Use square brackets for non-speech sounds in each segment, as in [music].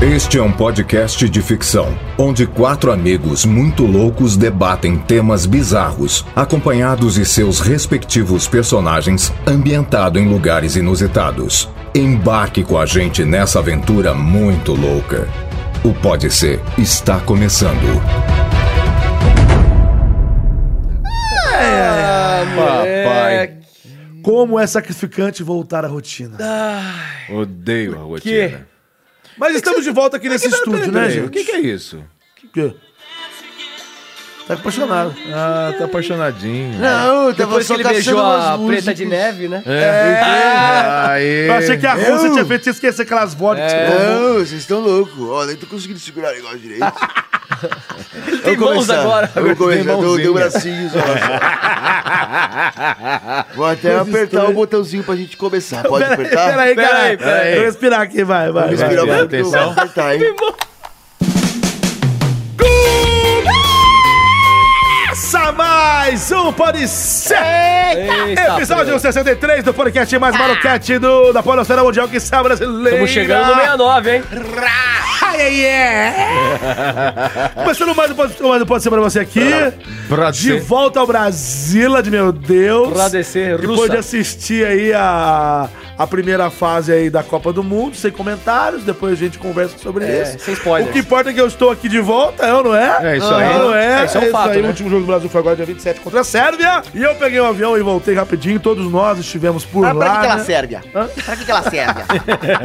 Este é um podcast de ficção, onde quatro amigos muito loucos debatem temas bizarros, acompanhados de seus respectivos personagens, ambientado em lugares inusitados. Embarque com a gente nessa aventura muito louca. O Pode Ser está começando. Papai, Como é sacrificante voltar à rotina. odeio a rotina. quê? é. É Mas estamos de volta aqui nesse Pera, pera, estúdio, pera né, aí, gente? O que, que é isso? Quê? Tá apaixonado. Ah, tá apaixonadinho. Não, eu tava Depois que só ele beijou caçando Então a umas músicas. preta de neve, né? É, Aê. Eu achei que a Rússia tinha feito você esquecer aquelas vodkas. É. que você É. tomou. Não, vocês estão loucos. Ó, nem tô conseguindo segurar o negócio [laughs] direito. Eu tem vou mãos começar. agora. Eu um vou começar, Tem deu, mãozinha. deu [laughs] bracinhos. Ó. vou até então apertar o botãozinho pra gente começar. [laughs] Pode apertar? Pera aí, Pera cara. aí, pera aí. Vou respirar aqui, vai, vai. Vou vai. respirar o vai, botão, que eu vou atenção. [laughs] apertar, hein? Começa mais um Pode Ser! Eita, Episódio pô. 63 do podcast mais maluquete do, da Polosfera Mundial que sabe brasileira. Estamos chegando no 69, hein? Ai, ai, é. [laughs] ai. Começando mais um Pode- mais um Pode Ser pra você aqui. De Brasil. volta ao Brasília, de meu Deus. Pra descer Depois de russa. assistir aí a, a primeira fase aí da Copa do Mundo, sem comentários, depois a gente conversa sobre É, isso. sem spoilers. O que importa é que eu estou aqui de volta, eu não é? É isso aí. Eu não é? É, isso é um fato, aí. né? O último jogo do Brasil foi agora dia 27 contra a Sérvia. E eu peguei um avião e voltei rapidinho, todos nós estivemos por Mas lá. pra que, que ela né? serve? Pra que, que ela [laughs] serve?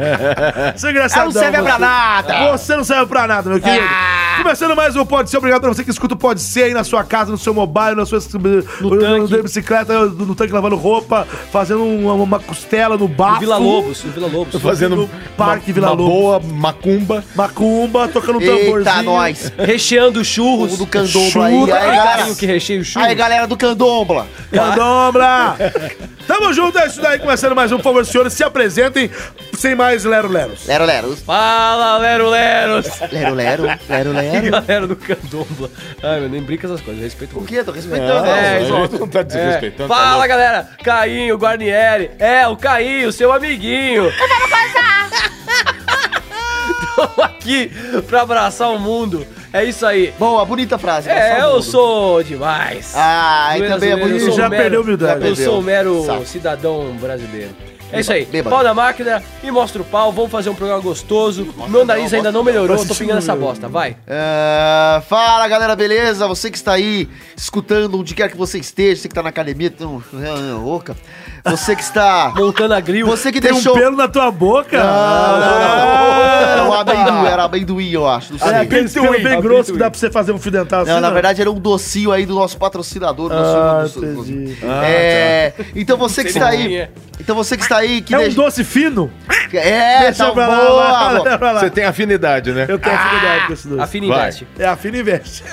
Ah, Ela não Seu é engraçadão, é serve pra você. nada. Você não serve pra nada, meu querido. Ah. Começando mais um Pode Ser, obrigado pra você que escuta o Pode Ser aí na sua casa, no seu mobile, na sua no tanque. na bicicleta, no, no tanque lavando roupa, fazendo uma, uma costela no O bafo. Vila Lobos, o Vila Lobos. Fazendo no Parque uma, Vila uma Lobos. boa macumba. Macumba, tocando um tamborzinho. Eita, nós. Recheando churros. Povo do candombo aí. Aí, Chuta, galera. Caralho, que recheio churros. Aí, galera do candombla. Candombra! Tamo junto, é isso daí. Começando mais um, por favor, senhores, se apresentem sem mais lero-leros. Lero, lero. Fala, Lero Leros. Lero, lero. Que Lero, lero. [laughs] galera do candomba. Ai, meu, nem brinca essas coisas, eu respeito [laughs] O muito. quê? Eu tô respeitando. né? É, ó. isso. não tá É. Fala, galera. Cainho, Guarnieri. É, o Cainho, seu amiguinho. Eu quero passar. Tô aqui pra abraçar o mundo. É isso aí. Boa, bonita frase. É, abraçar o eu mundo. sou demais. Ah, aí Zoeira, também é zoeira, eu bonito. sou Já um mero- perdeu a humildade. Eu Perdeu. sou um mero Saco. cidadão brasileiro. É isso aí. Bêbado. Pau na máquina e mostra o pau. Vamos fazer um programa gostoso. Meu nariz ainda não melhorou. Nossa, Tô pingando isso essa não bosta. melhorou. Vai. Ah, fala galera, beleza? Você que está aí escutando onde quer que você esteja, você que está na academia, tão [laughs] louca. Você que está. Montando a grill. Você que Tem deixou. um pelo na tua boca? Era um Ah, amendoim, era amendoim, eu acho. Não sei. É aquele pelo Amendoim, bem amendoim. grosso que dá pra você fazer um fio dental assim. Não, na né? verdade era um docinho aí do nosso patrocinador. do Ah, nosso- do nosso- entendi. É, Então você que Sei está quem aí. é. Então você que está aí, que É um deixa- doce fino? É, Deixa tá pra lá, vai, boa, vai, boa. vai lá. Você tem afinidade, né? Eu tenho afinidade com esse doce. Afinidade. É a fina investe.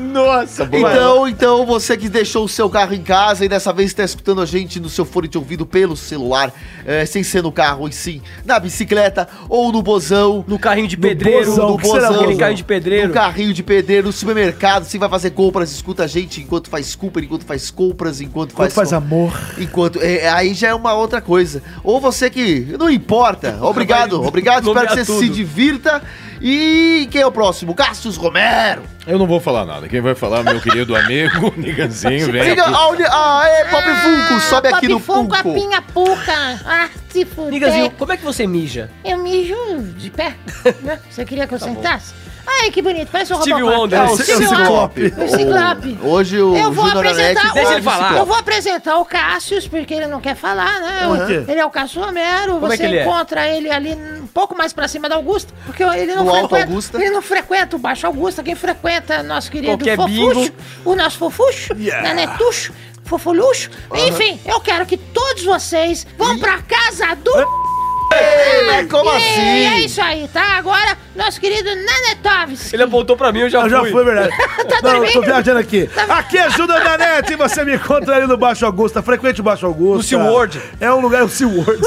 Nossa, boa. Então, então, você que deixou o seu carro em casa e dessa vez está escutando a gente no seu fone de ouvido pelo celular, eh, sem ser no carro e sim na bicicleta ou no bozão, No carrinho de pedreiro. bozão, no que será bozão. Aquele bozão? carrinho de pedreiro. no Um carrinho de pedreiro, no supermercado, se vai fazer compras, escuta a gente enquanto faz compra, enquanto faz compras, enquanto, Quando faz... faz amor. Enquanto. é, aí já é uma outra coisa. Ou você que. [laughs] Não importa. Obrigado, obrigado. Espero que nomear você se tudo. divirta. E quem é o próximo? Cassius Romero. Eu não vou falar nada. Quem vai falar, é meu querido amigo, [laughs] Niganzinho, É, vem Liga, aqui. a uni- ah, é, Pop Funko, sobe aqui no Papi Funko, a Funko. pinha puca. Ah, se fuder. Nigazinho, como é que você mija? Eu mijo de pé, né? Você queria que eu sentasse? Ai, que bonito, parece um Tá Steve Robocop. Wonder. É, É o o Steve Ciclope. Wonder. O Ciclope. Hoje o Eu vou Júnior Anete apresentar... vai Deixa de ele falar. ciclo. Eu vou apresentar o Cássius, porque ele não quer falar, né? Por quê? Ele é o Cássio Romero. Como é você que ele é? encontra ele ali um pouco mais pra cima da Augusta, porque ele não No Alto frequenta... Augusta. Ele não frequenta o Baixo Augusta. Quem frequenta é nosso querido Qualquer Fofuxo. bingo. O nosso Fofuxo. Yeah. Nanetuxo. Fofoluxo. Enfim, eu quero que todos vocês vão pra casa do... Ei, mas como E É assim? isso aí, tá? Agora, nosso querido Nanetovski. Ele apontou pra mim, eu já Eu fui. já fui, é verdade. não, eu tô dormindo? viajando aqui. Aqui é Júnior da Net, você me encontra ali no Baixo Augusta. Frequente o Baixo Augusta. No SeaWorld. É um lugar, o SeaWorld.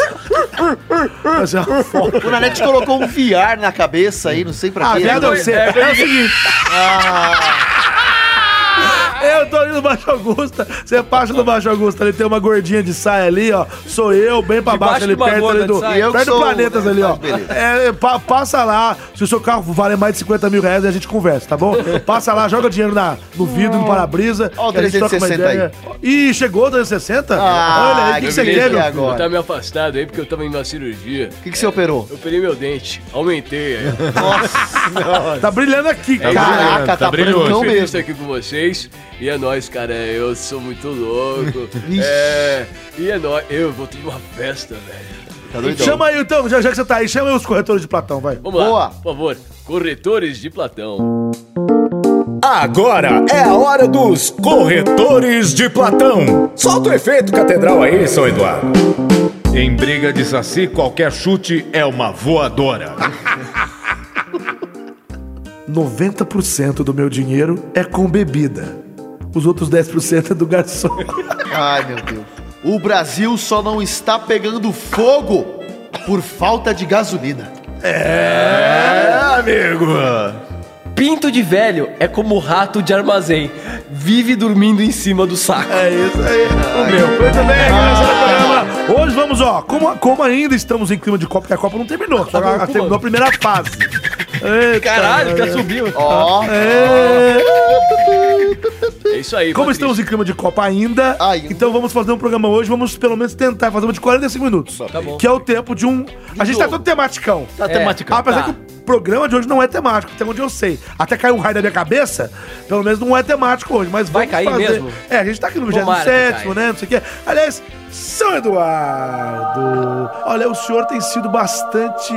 Mas é uma foto. O Nanete colocou um VR na cabeça aí, não sei pra Ah, quê. viado, né? você. É o seguinte. Eu tô ali no Baixo Augusta. Você passa no Baixo Augusta, ali tem uma gordinha de saia ali, ó. Sou eu, bem pra Debaixo baixo, ali de uma perto gorda ali de do. saia. Eu que Perto do sou- Planetas ali, ó. Beleza. É, pa- passa lá. Se o seu carro valer mais de 50 mil reais, a gente conversa, tá bom? Passa lá, joga dinheiro na, no vidro, no para-brisa. Hum. Ó o que a gente troca uma 360 aí. ideia. Ih, chegou o 360? Ah, Olha aí, o que, que que você beleza. quer, meu? agora? Eu tava Tá me afastado aí porque eu tava indo na cirurgia. O que, que você Tá operou? Eu perei meu dente, [laughs] aumentei. aí. Tá brilhando aqui, Tá cara. Caraca, tá, brilhando, tá tá brilhando. brancão feliz de estar mesmo. aqui com vocês. E é nóis, cara. Eu sou muito [laughs] louco. é, e é nóis. Eu vou ter uma festa, velho. Tá doidão. Chama aí, então, já, já que você tá aí, chama aí os corretores de Platão, vai. Vamos Boa. lá, por favor. Corretores de Platão. Agora é a hora dos corretores de Platão. Solta o efeito catedral aí, São Eduardo. Em briga de saci, qualquer chute é uma voadora. 90% do meu dinheiro é com bebida. Os outros 10% é do garçom. Ai, meu Deus. O Brasil só não está pegando fogo por falta de gasolina. Pinto de velho é como rato de armazém. Vive dormindo em cima do saco. É isso aí. Ah. O meu. Muito bem, começando o programa. Hoje vamos, ó, como, como ainda estamos em clima de Copa, porque a Copa não terminou, só Acabou, a- a- terminou a primeira fase. Eita, Caralho, já subiu. Ó, é. É isso aí. Como Patrícia. estamos em clima de Copa ainda, Ainda. então vamos fazer um programa hoje, vamos pelo menos tentar fazer um de 45 minutos. Tá bom. Que é o tempo de um. A gente tá todo tematicão. tá É. temática. Apesar tá. que o programa de hoje não é temático, até onde eu sei. Até caiu um raio da minha cabeça, pelo menos não é temático hoje, mas Vai vamos cair fazer. mesmo? É, a gente tá aqui no Tomara que 27, caia. né? Não sei o quê. Aliás, São Eduardo! Olha, o senhor tem sido bastante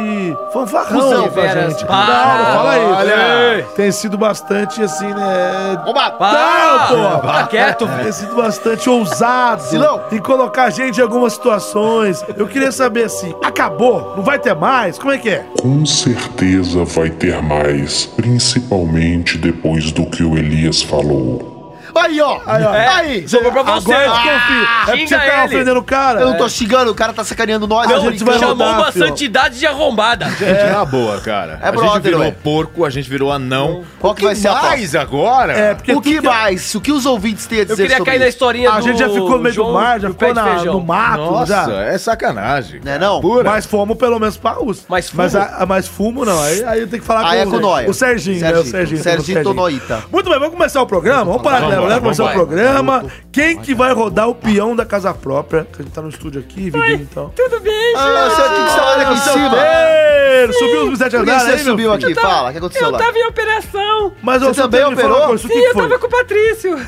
fanfarrão Cusão, aí pra veras. gente. Para. Não, não fala isso. Olha. Tem sido bastante, assim, né? Oba! Para, Não, pô. Tá quieto, velho. Tem sido bastante ousado Silão. em colocar a gente em algumas situações. Eu queria saber assim, acabou? Não vai ter mais? Como é que é? Com certeza vai ter mais, principalmente depois do que o Elias falou. Aí, ó. Aí, ó. É, Aí. sobrou pra você. Agora eu desconfio. é porque você Ah, xinga tava ele. ofendendo o cara. Eu não tô xingando, o cara tá sacaneando nós. É. Não, tá a gente vai brincando. Então, Chamou rodar, uma filho. santidade de arrombada. Gente, é. na boa, cara. É a gente brother, virou ué. porco, a gente virou anão. Qual que vai ser a mais agora? É, porque O que mais? O que os ouvintes têm a Eu dizer queria sobre cair na isso? historinha Ah, a do gente já ficou no meio João do mar, já do pé ficou de na- feijão. no mato, Nossa, já. é sacanagem. Né, não? Pura. Mas fomos pelo menos pra Rússia. Mas fumo? Mas, a- mas fumo não. Aí, aí eu tenho que falar Aí é com o- nóia. o Serginho, né? O Serginho. Serginho. Serginho Tonoita. Muito bem, vamos começar o programa? Vamos parar, galera. Vamos começar o vambora. programa. Quem que vai rodar o peão da casa própria? Que a gente tá no estúdio aqui, vidinho, então. Tudo bem, Ah, você aqui que você olha aqui em cima. Ei, subiu os 27 Por que andares você aí, meu subiu filho? aqui? Fala, o que aconteceu Eu lá? tava em operação. Mas Você só também tenho que falar operou? uma coisa, o Sim, que eu foi? tava com o Patrício.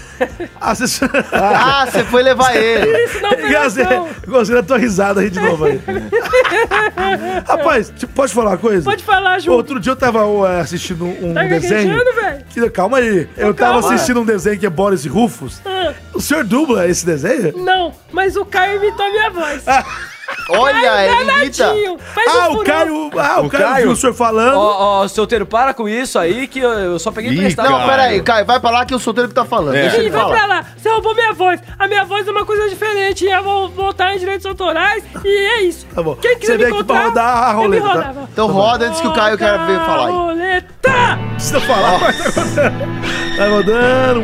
Ah, você- [laughs] Ah, você foi levar ele. Isso na Gazê, operação. gostei da tua risada aí de novo [laughs] aí. Rapaz, te- pode falar uma coisa? Pode falar, Ju. Outro dia eu tava ó, assistindo um Tá desenho. gaguejando, velho? Que- calma aí. Eu tava calma. assistindo um desenho que é Boris e Rufus. Ah, O senhor dubla esse desenho? Não, mas o Caio imitou a minha voz. Olha, ele imita. Danadinho. Faz Ah, um o furão. Caio. Ah, o, O Caio, Caio? viu o senhor falando. Ó, ó, solteiro, para com isso aí que eu, eu só peguei Ih, emprestado. Não, Caralho. pera aí, Caio, vai pra lá que é o solteiro que tá falando. É. Deixa Ih, ele vai falar. pra lá. Você roubou minha voz. A minha voz é uma coisa diferente. Eu vou voltar em direitos autorais e é isso. Tá bom. Quem quiser Você me veio aqui pra encontrar, rodar a eu me roleta, tá? rodava. Então roda antes que o Caio quer ver falar aí. Roleta! Precisa falar, mas tá rodando. Tá rodando.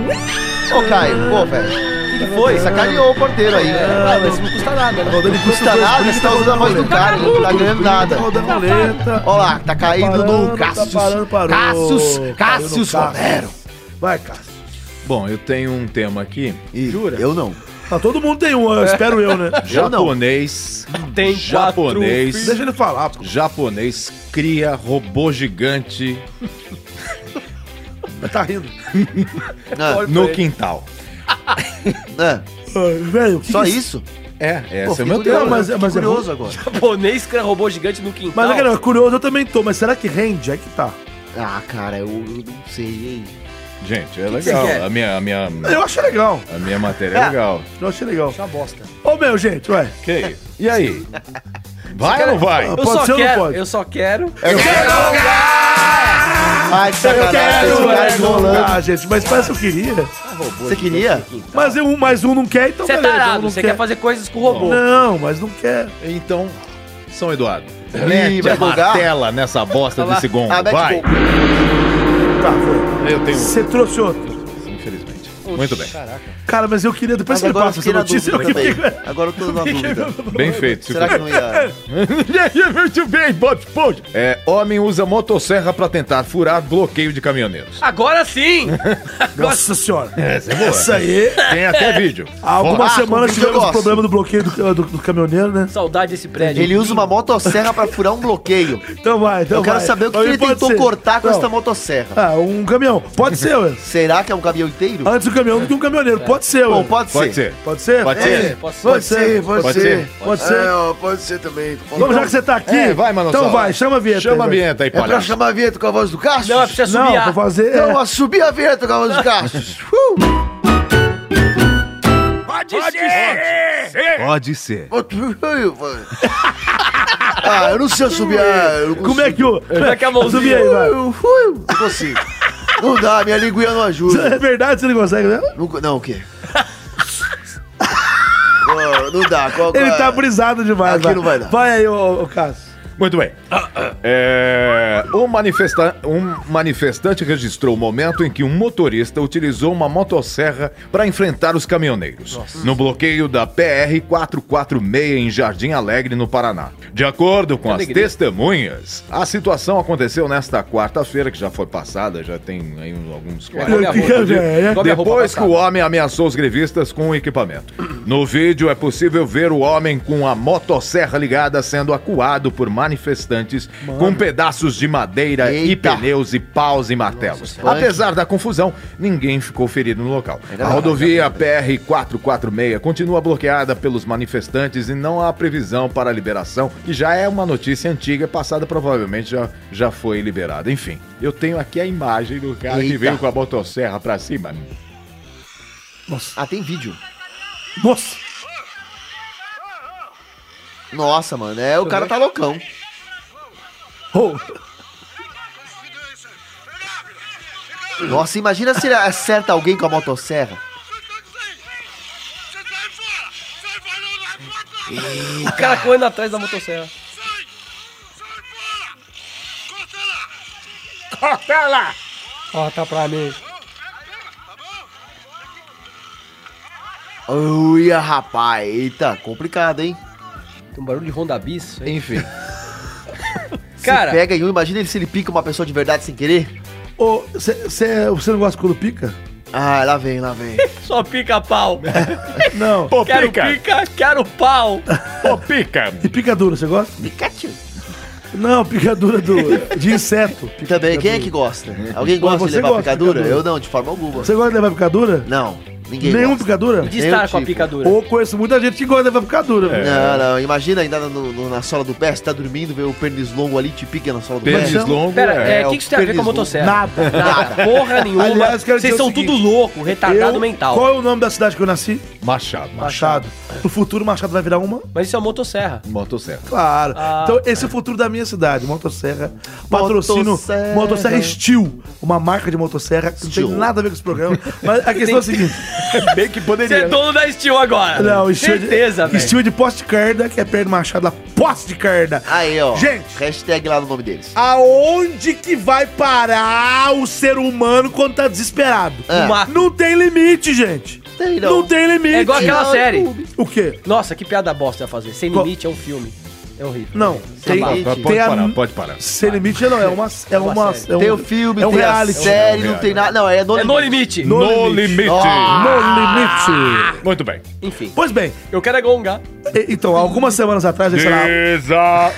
Ô, Caio, pô, velho. O que foi? Sacaneou é. o porteiro aí. Ah, mas isso não custa nada, né? Rodando enquanto Custa os dois nada, brincam, você tá usando a voz do roleta. cara, ele não tá ganhando nada. Tá rodando a roleta. Ó lá, tá caindo Parando, no Cassius. Tá parando, parou. Caiu Cassius, no Cassius Romero. Vai, Cassius. Bom, eu tenho um tema aqui. Ih, Jura? Eu não. Tá, todo mundo tem É. um, eu espero eu, [laughs] né? Eu não. Japonês. Tem Japonês. quatro Deixa ele falar, pô. Japonês cria robô gigante Tá rindo. Ah, filhos. no quintal. ah, Ai, velho, que Só que- isso? É, Pô, esse é fiquei o meu curioso, tema. mas- fiquei mas é curioso agora. japonês que era robô gigante no quintal. Mas, cara, curioso eu também tô, mas será que rende? É que tá. Ah, cara, eu, eu não sei, hein? Gente, é você legal. quer? A minha, a, minha, Eu achei legal. a minha matéria é legal. Eu achei legal. é Uma bosta. Eu Ô, meu, gente, ué. Que E aí? Vai quero- ou não vai? Pode só ser ou não quero, pode? É eu só quero. Ai, que Eu sacanagem, esse é cara é enrolando. Ah, gente, mas parece que eu queria. Você queria? Mas eu, um mais um não quer, então Você é beleza, um tarado, não você quer fazer coisas com robô. Não, mas não quer. Então, São Eduardo, Ih, mete vai a bugar? martela nessa bosta Vai lá. desse gongo, Ah, mete vai. gol. Tá, foi. Eu tenho Você trouxe outro. um, infelizmente. Muito bem. Cara, mas eu queria, Mas depois que ele agora eu passa essa fiquei na notícia, dúvida eu também. fiquei... Agora eu tô na dúvida. Bem feito. Silvio. Será que não ia... Muito bem, Bob Esponja. É, homem usa motosserra pra tentar furar bloqueio de caminhoneiros. Agora [laughs] sim! [laughs] Nossa senhora. Essa é boa. Essa aí... Tem até vídeo. Há algumas Ah, semanas como que eu tivemos gosto. problema do bloqueio do, do- do caminhoneiro, né? Saudade desse prédio. Ele usa uma motosserra pra furar um bloqueio. Então vai, então Eu quero vai. saber o que, Alguém ele pode tentou ser. cortar com Não. essa motosserra. Ah, um caminhão. Pode ser, ué. Será que é um caminhão inteiro? Antes do caminhão do que um caminhoneiro. Pode ser, ué. Bom, pode, Pode ser. ser. Pode ser? Pode É. ser. Pode ser. Pode ser, Pode pode ser. ser. Pode ser. É, então- ó, pode ser também. Vamos, um já que você tá aqui. É, vai, Manossauro. Então vai, chama a vinheta. Chama a aí, vai. vinheta aí, É pra palhaço. chamar a vinheta com a voz do Cássio? Não, é pra você Não, assobiar. pra fazer. é. Então, a subir a vinheta com a voz do Cássio. [laughs] Uh! Pode, ser! Pode ser. ah, eu não sei subir a... Eu não Como é que o. Como é que a mãozinha- Subir aí, [laughs] vai. consigo. Eu não consigo. assim, Não dá, minha linguinha não ajuda. [laughs] É verdade, você não consegue, né? Não, não o quê? Ó, não dá. Qual, qual Ele tá é? brisado demais, Aqui não vai dar. Vai aí, ô, ô Cássio. Muito bem. Ah, É, um, manifesta- um manifestante registrou o momento em que um motorista utilizou uma motosserra para enfrentar os caminhoneiros no bloqueio da PR-446 em Jardim Alegre, no Paraná. De acordo com as testemunhas, a situação aconteceu nesta quarta-feira, que já foi passada, já tem aí um- alguns Come a roupa, Que viu? velho. Come né? é a roupa depois que passada. o homem ameaçou os grevistas com o equipamento. No vídeo é possível ver o homem com a motosserra ligada sendo acuado por manifestantes com pedaços de madeira e Eita. é pneus e paus e martelos. Senhora. Apesar da confusão, ninguém ficou ferido no local. A bem, rodovia PR-446 continua bloqueada pelos manifestantes e não há previsão para a liberação, que já é uma notícia antiga, passada provavelmente já, já foi liberada. Enfim, eu tenho aqui a imagem do cara que Eita. veio com a motosserra pra cima. Ah, tem vídeo. Nossa. Nossa, mano, é, o cara tá loucão. Ô, Nossa, imagina se ele acerta alguém com a motosserra. O cara correndo atrás da motosserra. Corta pra mim. Uia, rapaz, eita, complicado, hein? Tem um barulho de Honda Bis. isso aí. Enfim. [laughs] Cara, se pega em um, imagina ele se ele pica uma pessoa de verdade sem querer. ô, cê- cê- você não gosta quando pica? Ah, lá vem, lá vem. só pica pau. Não. Pô, Quero pica, quero pau. Pô, pica! E picadura, você gosta? Pikachu. Não, picadura do, de inseto. Também, quem é que gosta? Alguém gosta de Você levar gosta de picadura? picadura? Eu não, de forma alguma. Você gosta de levar picadura? Não, ninguém Nenhum gosta. picadura? De estar com a tipo. picadura. Ou conheço muita gente que gosta de levar picadura. velho. Não, não, imagina ainda no- no- na sola do pé, você tá dormindo, vê o pernilongo ali, te pica na sola do pé. Pernilongo Pera, é. é, o que, que isso tem a ver com a motosserra? Nada. Nada. Porra nenhuma. Aliás, quero dizer Vocês o são seguinte, tudo louco, retardado Eu- mental. Qual é o nome da cidade que eu nasci? Machado. Machado. No futuro, Machado vai virar uma? Mas isso é uma motosserra. Motosserra. Claro. Ah. Então, esse é o futuro da minha cidade. Motosserra. Patrocínio. Motosserra. Motosserra, Steel. Uma marca de motosserra que não tem Steel. nada a ver com esse programa. [laughs] Mas a questão é a seguinte. Bem Você que é poderia. dono da Steel agora. Não, Steel é Certeza, de, velho. Steel de poste carda, que é perto do Machado. lá, Poste de carda. Aí, ó. Gente. Hashtag lá no nome deles. Aonde que vai parar o ser humano quando tá desesperado? É. Uma- Não tem limite, gente. Tem, não. não. tem limite. É igual aquela série. O quê? Nossa, que piada bosta ia fazer. Sem Qual- limite é um filme. É horrível. Não. Tem, Tá bom, Pode tem a- parar, pode parar. Sem limite não, é uma. É Uma uma série. é um- Tem o filme, [laughs] é um tem reality. a série, É um não tem nada. Não, é no É no limite. No No limite. limite. Ah. No limite. Muito bem. Enfim. Pois bem, Eu quero é gongar. e- então, algumas semanas atrás, sei lá, [laughs] Desa...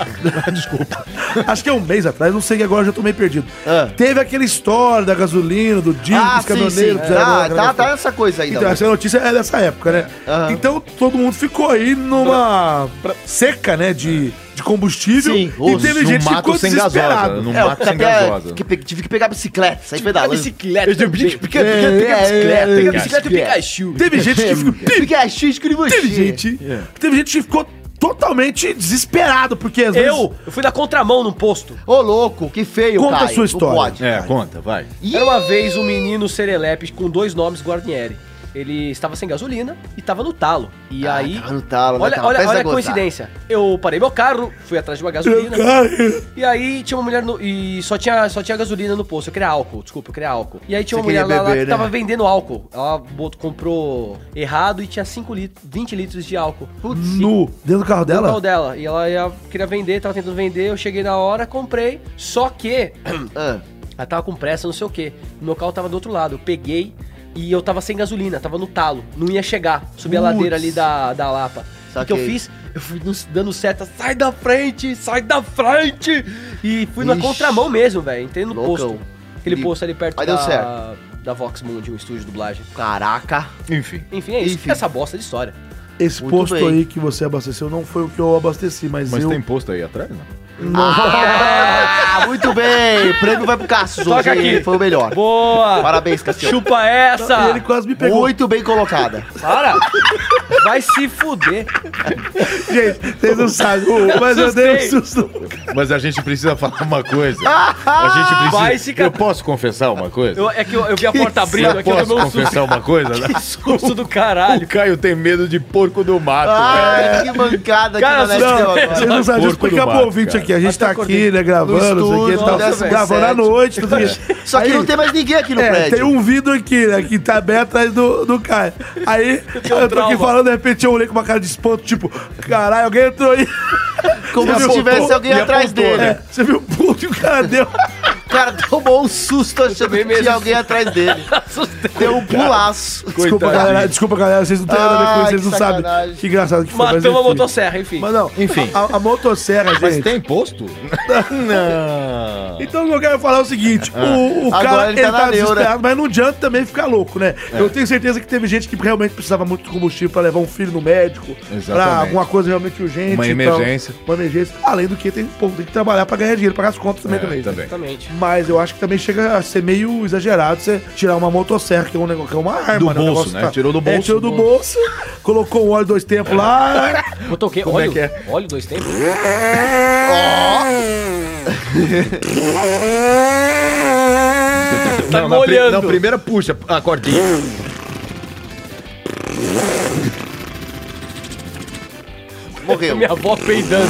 acho que é um mês atrás, não sei, agora eu já tô meio perdido. Ah. Teve aquela história da gasolina, do diesel, Ah, dos sim, caminhoneiros. sim. dos Tá, aeronaves, tá, aquela tá essa coisa ainda. Então, essa notícia é dessa época, né? Aham. Então, todo mundo ficou aí numa seca, né, de, de combustível. Sim. e teve Num gente que ficou mato sem gasosa. desesperada. Num é, eu mato sem até gasosa. que pe- tive que pegar a bicicleta, sair pedalando. É, bicicleta. Pica, pica, pica a bicicleta, pica a bicicleta, é pica a Pikachu. Teve gente que ficou... Teve, Pikachu, escreve teve você. gente... É. Teve gente que ficou totalmente desesperado, porque às vezes... Eu, eu fui na contramão num posto. Ô, louco, que feio, Conta cara. a sua Não história. É. pode. É, conta, vai. Era uma vez um menino serelepe com dois nomes Guarnieri. Ele estava sem gasolina e estava no talo. E Ah, aí. tava no talo, né? olha Tava olha, prestes olha a a gozar. coincidência. Eu parei meu carro, fui atrás de uma gasolina. E aí tinha uma mulher no, e só tinha, só tinha gasolina no posto. Eu queria álcool, desculpa, eu queria álcool. E aí tinha Você uma mulher queria lá, lá beber, que né? tava vendendo álcool. Ela bot- comprou errado e tinha 5 litros, 20 litros de álcool. Putz, Nu, dentro do carro no carro dela? dela. E ela ia- queria vender, tava tentando vender, eu cheguei na hora, comprei. Só que Ah, ela tava com pressa, não sei o quê. O meu carro tava do outro lado. Eu peguei e eu tava sem gasolina, tava no talo. Não ia chegar. Subi a Putz. ladeira ali da, da Lapa. O que eu Saquei. fiz? Eu fui nos- dando seta, sai da frente, sai da frente! E fui na Ixi. contramão mesmo, velho. Entrei no Loucão. posto. Aquele E- posto ali perto Mas da, deu da Vox Mundi, um estúdio de dublagem. caraca. Enfim. Enfim, é isso. Enfim. Essa bosta de história. Esse Muito posto bem. aí que você abasteceu não foi o que eu abasteci, mas, Mas eu. tem posto aí atrás, né? Ah, muito bem. O prêmio vai pro Cassius hoje. Toca aqui. hein? Foi o melhor. Boa! Parabéns, Cassius. Chupa essa! E ele quase me pegou. Muito bem colocada. Para! Vai se fuder! Gente, vocês não sabem, mas eu dei um susto. Mas a gente precisa falar uma coisa. A gente precisa. Vai se ca- Eu posso confessar uma coisa? Eu- é que eu, eu vi a porta abrindo Eu aqui, eu posso tomei um susto. confessar uma coisa? [laughs] né? Susto do O caralho. Caio tem medo de porco do mato, velho. Ai, que mancada que Cara, a Nanete não, deu agora. Vocês não sabem, deixa eu Porco explicar do pro mato, ouvinte cara. aqui. A gente Até tá aqui, acordei. né, gravando, No não sei o que e estúdio, tal. no 17. Gravando à noite, tudo isso. Só que Aí- não tem mais ninguém aqui [laughs] no É, prédio. tem um vidro aqui, né? Que tá bem atrás do, do Caio. Aí é um eu tô trauma. aqui falando, de repente eu olhei com uma cara de espanto, tipo, caralho, alguém entrou aí. Como Me se apontou, tivesse alguém me atrás apontou, dele. É, você viu o pulo que o cara [laughs] deu. O cara tomou um susto achando que também tinha mesmo. alguém atrás dele. Deu um pulaço. Desculpa, Coitadinho. galera, desculpa, galera, vocês não têm nada a ver com Ai, isso, vocês que não sabem. sacanagem. Que engraçado que foi. mas Matamos a enfim. assim. motosserra, enfim. Mas não, enfim. A, a motosserra, gente. Mas tem posto? Não. Então o que eu quero falar é o [laughs] seguinte: Ah. o, o Agora cara ele ele tá tá, na neura. desesperado, mas não adianta também ficar louco, né? É. Eu tenho certeza que teve gente que realmente precisava muito de combustível pra levar um filho no médico, pra Exatamente. alguma coisa realmente urgente. Uma então, emergência. uma emergência. Além do que, tem, pô, tem que trabalhar pra ganhar dinheiro, pagar as contas também. também. É, também. Exatamente. Mas eu acho que também chega a ser meio exagerado você tirar uma motosserra, que é, um negócio, que é uma arma. Do um bolso, negócio né? que tá- Tirou do É, bolso. tirou do bolso, colocou um óleo dois tempos [laughs] lá. Botou o quê? Como é óleo? que é? Óleo dois tempos? [laughs] Tá Tá não, na, pri- molhando. não, primeira puxa a cordinha. Morreu. Minha avó peidando.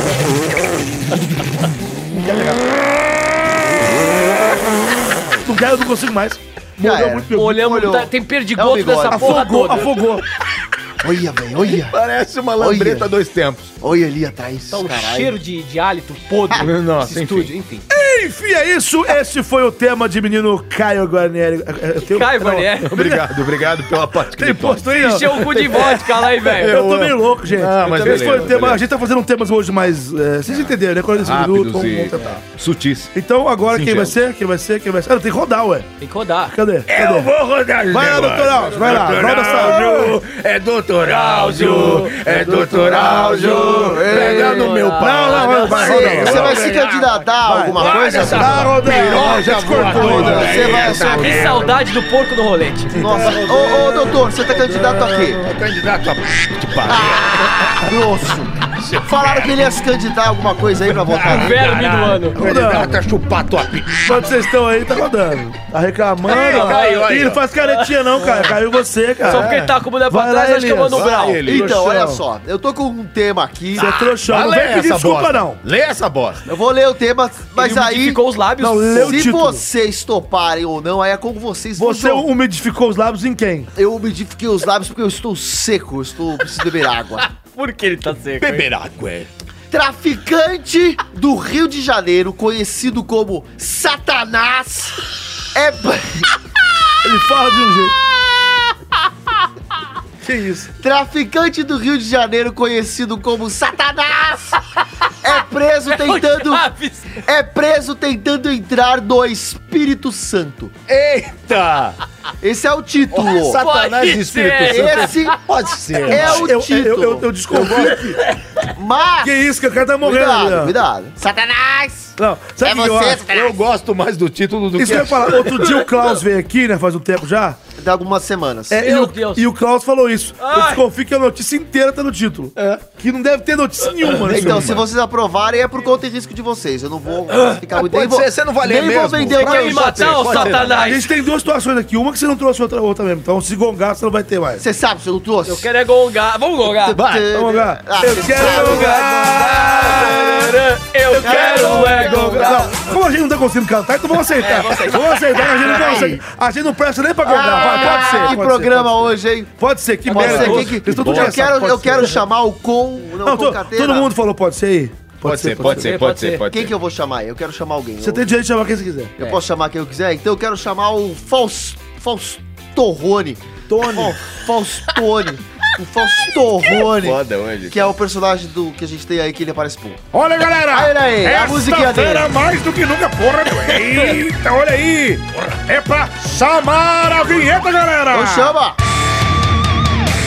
Não quero, não consigo mais. Já Molhou era. muito meu. Olhamos, molhou. tá- tem É o perdigoto bigode. dessa porra Afogou, toda. afogou. Olha, velho, olha. Parece uma lambreta dois tempos. Olha ali atrás. Tá um cheiro de, de hálito podre nesse Nossa, enfim. estúdio, Então, enfim. Enfim, é isso. Esse foi o tema de menino Caio Guarnieri. É, Eu tenho- Cai, não, Barnier. Obrigado, obrigado pela parte que Tem ele posto aí, ó. então, [laughs] Encheu o cu de vodka lá, hein, velho. Eu tô meio louco, gente. Ah, mas Esse foi beleza, o tema. beleza. A gente tá fazendo temas hoje mais. é, vocês entenderam, né? 45 minutos, Rápidos vamos, e vamos tentar. sutis. Então agora quem Singelo. vai ser? Quem vai ser? Quem vai ser? Ah, não, tem que rodar, ué. Tem que rodar. É Cadê? Cadê? vou rodar Vai lá, doutor Alves, vai lá. Roda essa. é doutor Áudio, é doutor Áudio, pega no meu pau. Não, não, não, vai, Você, roda, você vai roda. se candidatar a alguma Vai coisa? nessa- Tá rodando. Ó, Já cortou. Você né? vai ser. Que saudade do porco do rolete. Nossa, ô, ô doutor, você tá candidato a quê? Candidato a... Que pariu. Grosso. Falaram que ele ia se candidatar a [laughs] alguma coisa aí pra votar nele. Verme do ano. Candidato a chupar tua pica. Enquanto vocês estão aí, tá rodando. Tá reclamando. ó. caiu aí, Ih, não ó. faz caretinha, não, cara. Caiu você, cara. É. Só porque ele tá com a mulher pra Vai trás, lá, acho que eu Elias. mando um Vai, grau. Elias. Então, Trouxão. olha só, eu tô com um tema aqui. Você é trouxão. Ah, Não lê vem pedir essa desculpa, bosta. não. Lê essa bosta. Eu vou ler o tema, mas um Ele aí. Ficou os lábios. Não, lê o Se título. vocês toparem ou não, aí é com vocês. no Você um- jogo. umidificou os lábios em quem? Eu umidifiquei os lábios porque eu estou seco, eu estou preciso beber [laughs] água. Por que ele tá seco? hein? Beber água. é. Traficante do Rio de Janeiro, conhecido como Satanás, é ban- Ele fala de um jeito. Que isso? traficante do Rio de Janeiro, conhecido como Satanás, é [laughs] preso tentando Chaves. é preso tentando entrar no Espírito Santo. Eita! Esse é o título. Satanás de ser. Espírito Santo. Esse Pode ser. é o Eu, título. eu, eu, eu desconfio que. Mas Que isso, que o cara tá morrendo. cuidado, ali, ó. cuidado. Satanás! Não, É sabe o que eu acho? Eu gosto mais do título do Isso que eu ia falar. Outro dia o Klaus veio aqui, né? Faz um tempo já. de algumas semanas. É, e, Meu o, Deus. e o Klaus falou isso. Eu Ai. desconfio que a notícia inteira tá no título. Que não deve ter É. notícia nenhuma, né? É. Então, se vocês aprovarem, é por conta e risco de vocês. Eu não vou É. Ah, ficar muito... pode nem vou- ser, você não vai ler nem vou mesmo. vender o que Pra eu me já tenho. matar, ô A satanás! gente tem duas situações aqui. Uma que você não trouxe, outra, outra mesmo. Então, se gongar, você não vai ter mais. Você sabe, você não trouxe? Eu quero é gongar. Vamos gongar! Vai. Vamos lá. Ah, Eu quero gongar. Eu quero é gongar! Não, como a gente não tá conseguindo cantar, então vamos aceitar. É, vamos aceitar, que a gente não consegue. A gente não presta nem pra gongar. Vai, pode ser. Que pode programa ser, hoje, hein? pode- Pode ser, que Pode merda. ser, Vocês que- que- estão tudo Eu engraçado, quero, pode eu ser. quero chamar o com... Não, Não, com to- catena. todo mundo falou, pode ser aí? Pode ser, pode ser, pode ser, pode Quem que ser. eu vou chamar? Eu quero chamar alguém. Você Eu- tem direito de chamar quem você quiser. Eu posso chamar quem eu quiser? Então eu quero chamar o Faus... Faustorrone. Tony. Fa- Faustone. o Faustorrone. Foda hoje. Que é o personagem do que a gente tem aí que ele aparece pouco. Olha, galera! Aí, olha aí, a Esta musiquinha dele. fera mais do que nunca, porra, meu. Eita, olha aí! É pra chamar a vinheta, galera! Então chama!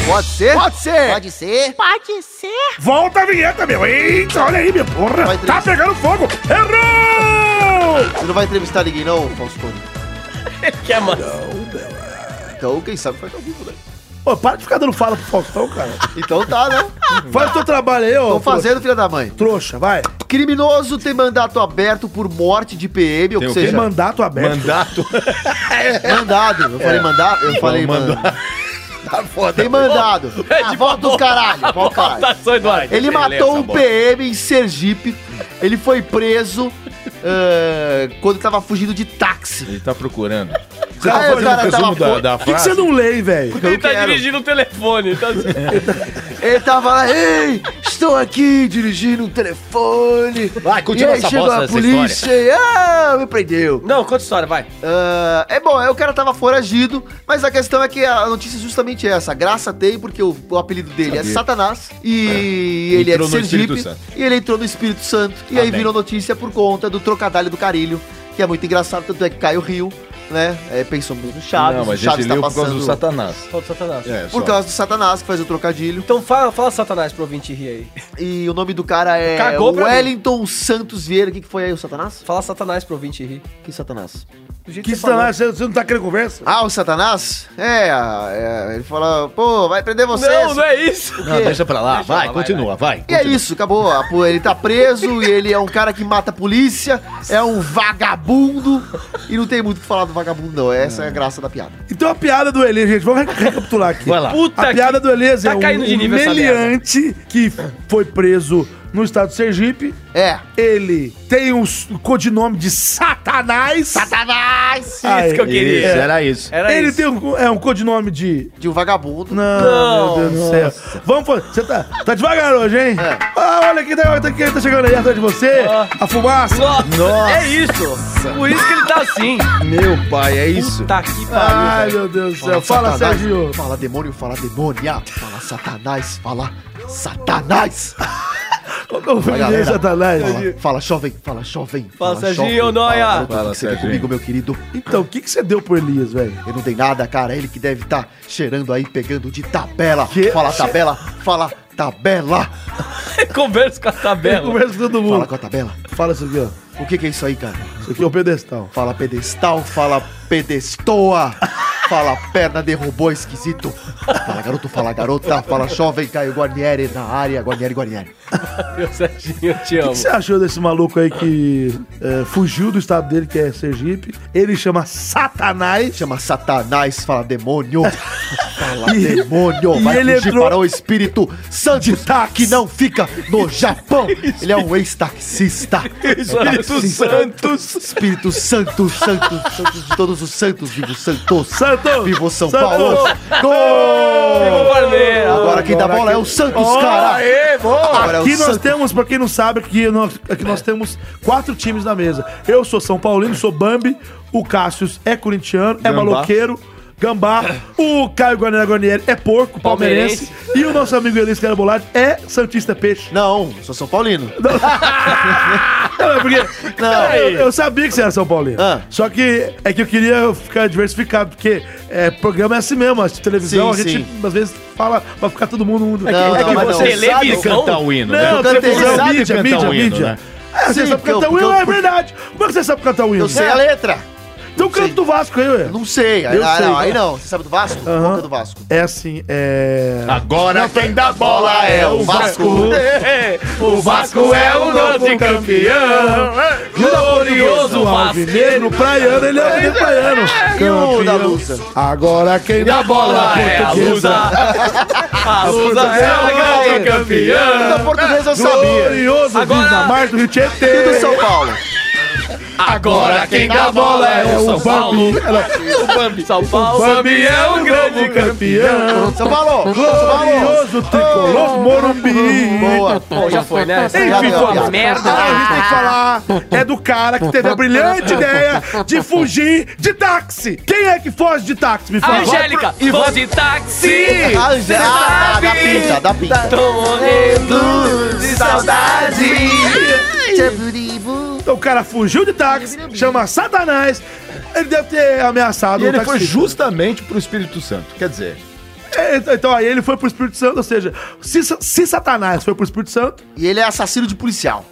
Pode ser? Pode ser! Pode ser! Pode ser? Volta a vinheta, meu! Eita, olha aí, minha porra! Vai, Tá Três. pegando fogo! Errou! Você não vai entrevistar ninguém, não, Faustone? Que é, mano? Então, quem sabe faz ao vivo, né? Ô, para de ficar dando fala pro Faustão, cara. Então tá, né? Faz o teu trabalho aí, ô. Estão fazendo, filha da mãe. Trouxa, vai. Criminoso tem mandato aberto por morte de PM, ou Tem que o quê? Tem seja, mandato aberto. Mandato mandado. Eu É. falei mandado, Ah, eu falei mandado. tá foda. Tem mandado. É Ah, de volta do caralho, volta do caralho. Votação, Tá Eduardo! Ele Beleza, matou um amor. PM em Sergipe. Ele foi preso eh, quando tava fugindo de táxi. Ele tá procurando. Você tá Aí o cara tava fo- Por que que você não lê, hein, velho? Eu Ele tá quero. dirigindo o telefone. Tá... Ele tava lá, ei, estou aqui dirigindo um telefone. Vai, continua e aí essa chegou bosta a dessa polícia e ah, me prendeu. [laughs] Não, conta a história, vai. Ah, é bom, aí o cara tava foragido, mas a questão é que a notícia é justamente essa. Graça tem, porque o, o apelido dele é Satanás, e ele Entrou é no de Sergipe, Espírito Santo. Tá e ele entrou no Espírito Santo, e aí Amém. virou notícia por conta do trocadilho do carilho, que é muito engraçado, tanto é que cai o rio, né? É, pensamos no Chaves, Não, o mas a Chaves gente tá leu por causa do passando... Satanás. Fala do Satanás. É, só. Por causa do Satanás, que faz o trocadilho. Então fala, fala Satanás pro ouvinte rir aí. E o nome do cara é Cagou pra mim. Wellington Santos Vieira. O que, que foi [laughs] aí, o Satanás? Fala Satanás pro ouvinte rir. Que Satanás? Do jeito Que você falou. satanás, você você não tá querendo conversa? Ah, o Satanás? É, é, ele fala, pô, vai prender vocês. Não, não é isso. Não, deixa pra lá. vai, lá, vai, continua, vai. E é isso, acabou. A po- Ele tá preso e ele é um cara que mata a polícia, é um vagabundo. E não tem muito o que falar do vagabundo, não. Essa é a graça da piada. Então a piada do Eli, gente, vamos re- recapitular aqui. Vai lá. Puta a piada do Elias tá é um, caindo de um nível essa meliante que foi preso no estado de Sergipe. É. Ele tem o s- o codinome de Satanás. tá Satanás! Ah, É isso que eu queria. Isso, era isso. Era ele isso. tem um, é um codinome de. De um vagabundo. Não, meu Deus do céu. Vamos fazer. Você tá, tá devagar hoje, hein? É. Ah, olha quem tá, quem tá chegando aí atrás de você. Ah. A fumaça. Nossa, é isso. Por isso que ele tá assim. Meu pai, é isso. Ah. Tá aqui, Ai, pariu. meu Deus do céu. Fala, Satanás, Sérgio. Fala demônio, fala demônia. Fala Satanás, fala Satanás. Qual que é o filme galera. dele, Satanás? Fala, fala jovem, fala jovem. Fala, Serginho, jovem, nóia. Fala, garoto, Fala, que seja Serginho. comigo, meu querido. Então, o que, que você deu pro Elias, velho? Eu não dei nada, cara. Ele que deve estar cheirando aí, pegando de tabela. Que? Fala tabela, fala tabela. Conversa com a [laughs] tabela. Conversa com todo Fala mundo. com a tabela. Fala isso aqui, ó. O que que é isso aí, cara? Isso aqui é o pedestal. Fala pedestal, fala pedestoa, fala perna de robô esquisito. Fala garoto, fala garota, fala jovem Caio Guarnieri na área, Guarnieri, Guarnieri. Meu Serginho, eu te amo. O que você achou desse maluco aí que é, fugiu do estado dele, que é Sergipe? Ele chama Satanás. Chama Satanás, fala demônio, fala E- demônio, e né? vai ele é fugir entrou- para o espírito santo que não fica no Japão. Ele é um ex-taxista. Espírito Santos. Espírito Santo, Santo, Santos de todos os santos, vivo Santos. Santos! Vivo São Santos! Paulo! é Gol! Agora quem dá bola é o Santos, cara! Aê, boa. Agora é o Aqui nós Santos. temos, pra quem não sabe, aqui nós, aqui nós temos quatro times na mesa. Eu sou São Paulino, sou Bambi, o Cássius é corintiano, é maloqueiro, gambá, o Caio Guarnera Guarnieri é porco, palmeirense, e o nosso amigo Elis Carabolade é Santista Peixe. Não, sou São Paulino. Não, é porque Não. eu, eu sabia que você era São Paulino. Ah. Só que é que eu queria ficar diversificado, porque é, programa é assim mesmo, a televisão Sim, a gente sim. às vezes fala pra ficar todo mundo um mundo. Não, é que mas você lê sabe- visão. Cantar o hino, né? Não, Porque você ele falou sabe é mídia, cantar mídia, um hino, mídia. né? É, você Sim, sabe porque eu- cantar o hino, porque eu- é verdade. Como é que você sabe cantar o hino? Eu sei a letra. Então sei tanto do Vasco aí, ué. Não sei. Aí, Eu ah, sei. não, aí não. Você sabe do Vasco? Aham. Qual que é do Vasco? É assim, é. Agora quem dá bola é Ah, o [laughs] Vasco. O Vasco é o nosso campeão. Glorioso Alvinegro Praiano, ele é Alvinegro Praiano. E o da Lusa? Agora quem dá bola é a [laughs] Lusa. A Lusa é a grande O da portuguesa eu sabia. Glorioso Agora- Visamar do Rio Tietê. E do São Paulo? Agora quem dá bola é o Bambi. O Bambi. São Paulo. Bambi é um grande campeão. São Paulo! São Paulo! Oh. Glorioso tricolor Morumbi. Boa! Pô, já foi, né? Essa Enfim, piada é uma vamos. Ah, a gente tem que falar é do cara que teve a brilhante ideia de fugir de táxi. Quem é que foge de táxi? Ah, Me fala. Angélica, e vou de táxi. Ah, já- ah, sabe? da pinta, da pinta. Tô morrendo de saudade. Então, o cara fugiu de táxi, chama Satanás. Ele deve ter ameaçado E ele o foi taxista. justamente pro Espírito Santo. Quer dizer, É, então- Então aí ele foi pro Espírito Santo, ou seja, se, sa- se Satanás foi pro Espírito Santo. E ele é assassino de policial.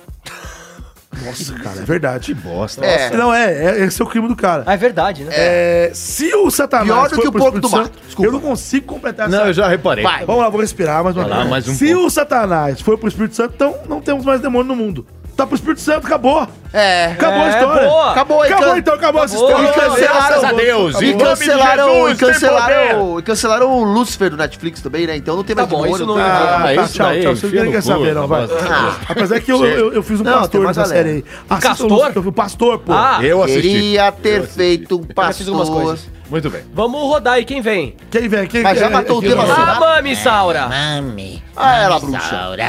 Nossa, cara, é verdade. bosta. É. Não, é, é, esse é o crime do cara. Ah, É verdade, né? É, se o Satanás. Pior do que o pro porco Espírito do mato. Santo, Desculpa. Eu não consigo completar Não, eu já reparei. Vai. Vamos lá, vou respirar mais uma Vai lá, vez. mais um Se pouco. o Satanás foi pro Espírito Santo, então não temos mais demônio no mundo. Tá pro Espírito Santo, acabou. É. Acabou a É, história. boa. Acabou, aí, Acabou can- então, acabou, essa Acabou. história. E cancelaram, Graças a Deus. E Em nome de cancelaram, Jesus, e tem cancelaram, e cancelaram o Lucifer do Netflix também, né? Então não tem Tá mais bom, demônio, isso não tem é- nada. Ah, Ah, tá, isso tchau, daí, tchau. Ninguém enfia quer no saber, cu, não, vai. rapaz. Apesar que eu, eu, eu fiz um Ah. Não, tem pastor mais nessa galera. série aí. Assista o Castor? Lucifer, o pastor, pô. Ah, Eu assisti. Queria ter feito um assisti algumas pastor. coisas. Muito bem. Vamos rodar aí, quem vem? Quem vem? É, Quem Mas já quem- matou o quem- tema quem- será? A Mami Saura. Mami. Ah, ela, Mami bruxa. Saura,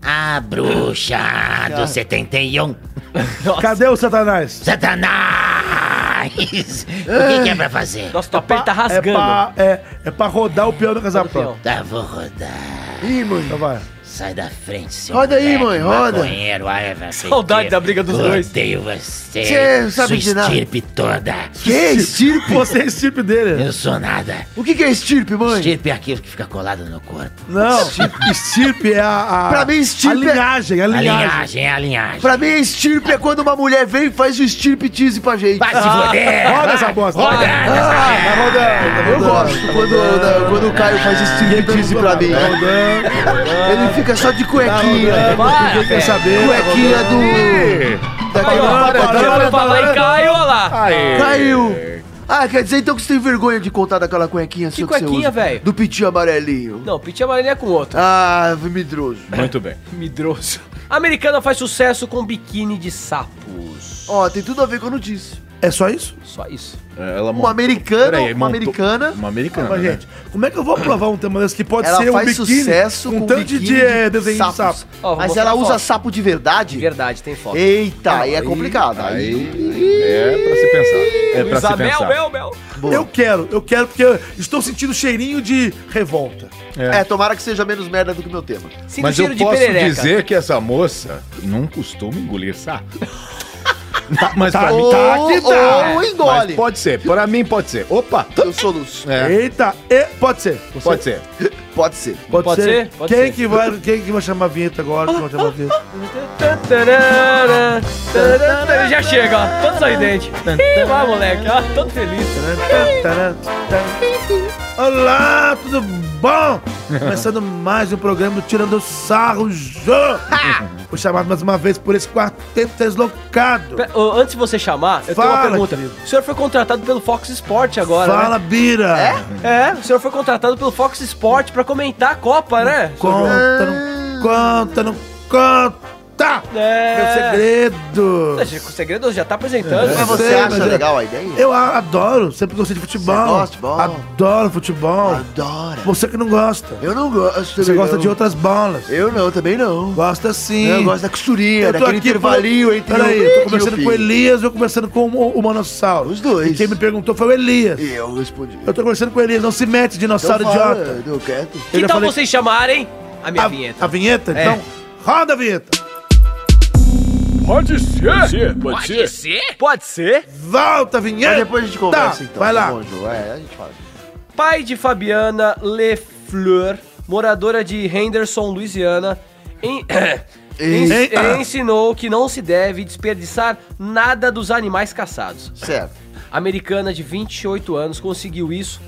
a bruxa do 71. Cadê o Satanás? Satanás! o que, que é pra fazer? Nossa, tua pele tá É rasgando. pra, é, é pra rodar o peão da casa peão. própria. Tá, vou rodar. Ih, mãe. Então vai. Sai da frente, seu Roda aí, moleque mãe, roda. maconheiro, ai, vai ser Saudade que- da briga dos dois. Odeio você. Cê É não sabe sua de nada. estirpe toda. Que é estirpe? Você é estirpe Eu dele. não sou nada. O que, que é estirpe, mãe? Estirpe é aquilo que fica colado no corpo. Não, estirpe é a, a. Pra mim, a estirpe é- linhagem, a A linhagem. linhagem é a linhagem. Pra mim, estirpe é quando uma mulher vem e faz o estirpe tease pra gente. Vai se foder! Roda essa bosta. Roda essa merda. Eu gosto quando, né, quando o Caio faz estirpe tease pra mim. Ele fica só de Tá, cuequinha. É, Ninguém é, quer saber. Cuequinha do. Aí, ó, Daquele já foi falar e caiu, olha lá. Aê. Caiu! Ah, quer dizer então que você tem vergonha de contar daquela cuequinha sua que você cuequinha, usa? velho? Do pitinho amarelinho. Não, Pete Amarelinha é com outro. Ah, medroso. Muito bem. Midroso. A americana faz sucesso com biquíni de sapos. Ó, tem tudo a ver com a notícia. É só isso? Só isso. Tá Ela Uma americana, Peraí, uma montou- americana. Uma americana. Mas, né? gente, como é que eu vou aprovar um tema desse que pode Ela ser um faz biquíni sucesso com com tanto biquíni de eh, desenho de sapos. sapo? Ó, vou Mas mostrar ela a usa foto. sapo de verdade? De verdade, tem foto. Eita, aí é complicado. Aí, Aí é pra se pensar. É pra se Isabel, pensar. Bel, Bel. Eu quero, eu quero porque eu estou sentindo cheirinho de revolta. é, tomara que seja menos merda do que o meu tema. Sinto Mas cheiro eu de posso perereca. dizer que essa moça não costuma engolir sapo. [laughs] Tá, mas pra mim Ou, tá. Ah, ou Mas engole. pode ser, pra mim pode ser. Opa! Eu sou luz. É, Eita, e pode ser. pode ser. Pode ser. Pode, Pode ser? ser, pode quem, ser. Que vai, quem que vai chamar a vinheta agora? Quem vai chamar a vinheta? Tantarara, tantarara. Ele já chega, ó. Todo sorridente. Ih, vai, moleque. Ó, todo feliz. Olá, tudo bom? Começando mais um programa do Tirando [laughs] Sarro Jô. Fui chamado mais uma vez por esse quarteto deslocado. Pe- ô, Antes de você chamar, eu tenho Fala, uma pergunta. querido. O senhor foi contratado pelo Fox Sport agora, né? Fala, Bira. É, o senhor foi contratado pelo Fox Sport pra comentar a Copa, né? Conta, não conta, não conta. É. Meu segredo. O segredo já tá apresentando. Mas Sei, você acha mas é- legal a ideia? Eu a- adoro, sempre gostei de futebol. Você gosta de futebol? Adoro futebol. Adora. Você que não gosta. Eu não gosto. Você também gosta não. de outras bolas. Eu não, também não. Gosta sim. Eu gosto da costurinha, daquele intervalinho falando- entre Peraí, o- eu e tô o conversando com o fim. Elias, eu conversando com o, o Manossauro. Os dois. E quem me perguntou foi o Elias. Eu respondi. Eu tô conversando com o Elias, não se mete, dinossauro Então idiota. Deu quieto. Eu Que já tal falei- Então vocês chamarem a minha vinheta? A vinheta? É. Então, roda a vinheta. Pode ser! Pode ser? Pode ser. Volta a vinheta. Mas depois a gente conversa, Tá, então. vai lá. bom, Ju? É, a gente fala. Pai de Fabiana Lefleur, moradora de Henderson, Louisiana, em- [coughs] ens- Eita. ensinou que não se deve desperdiçar nada dos animais caçados. Certo. Americana de 28 anos conseguiu isso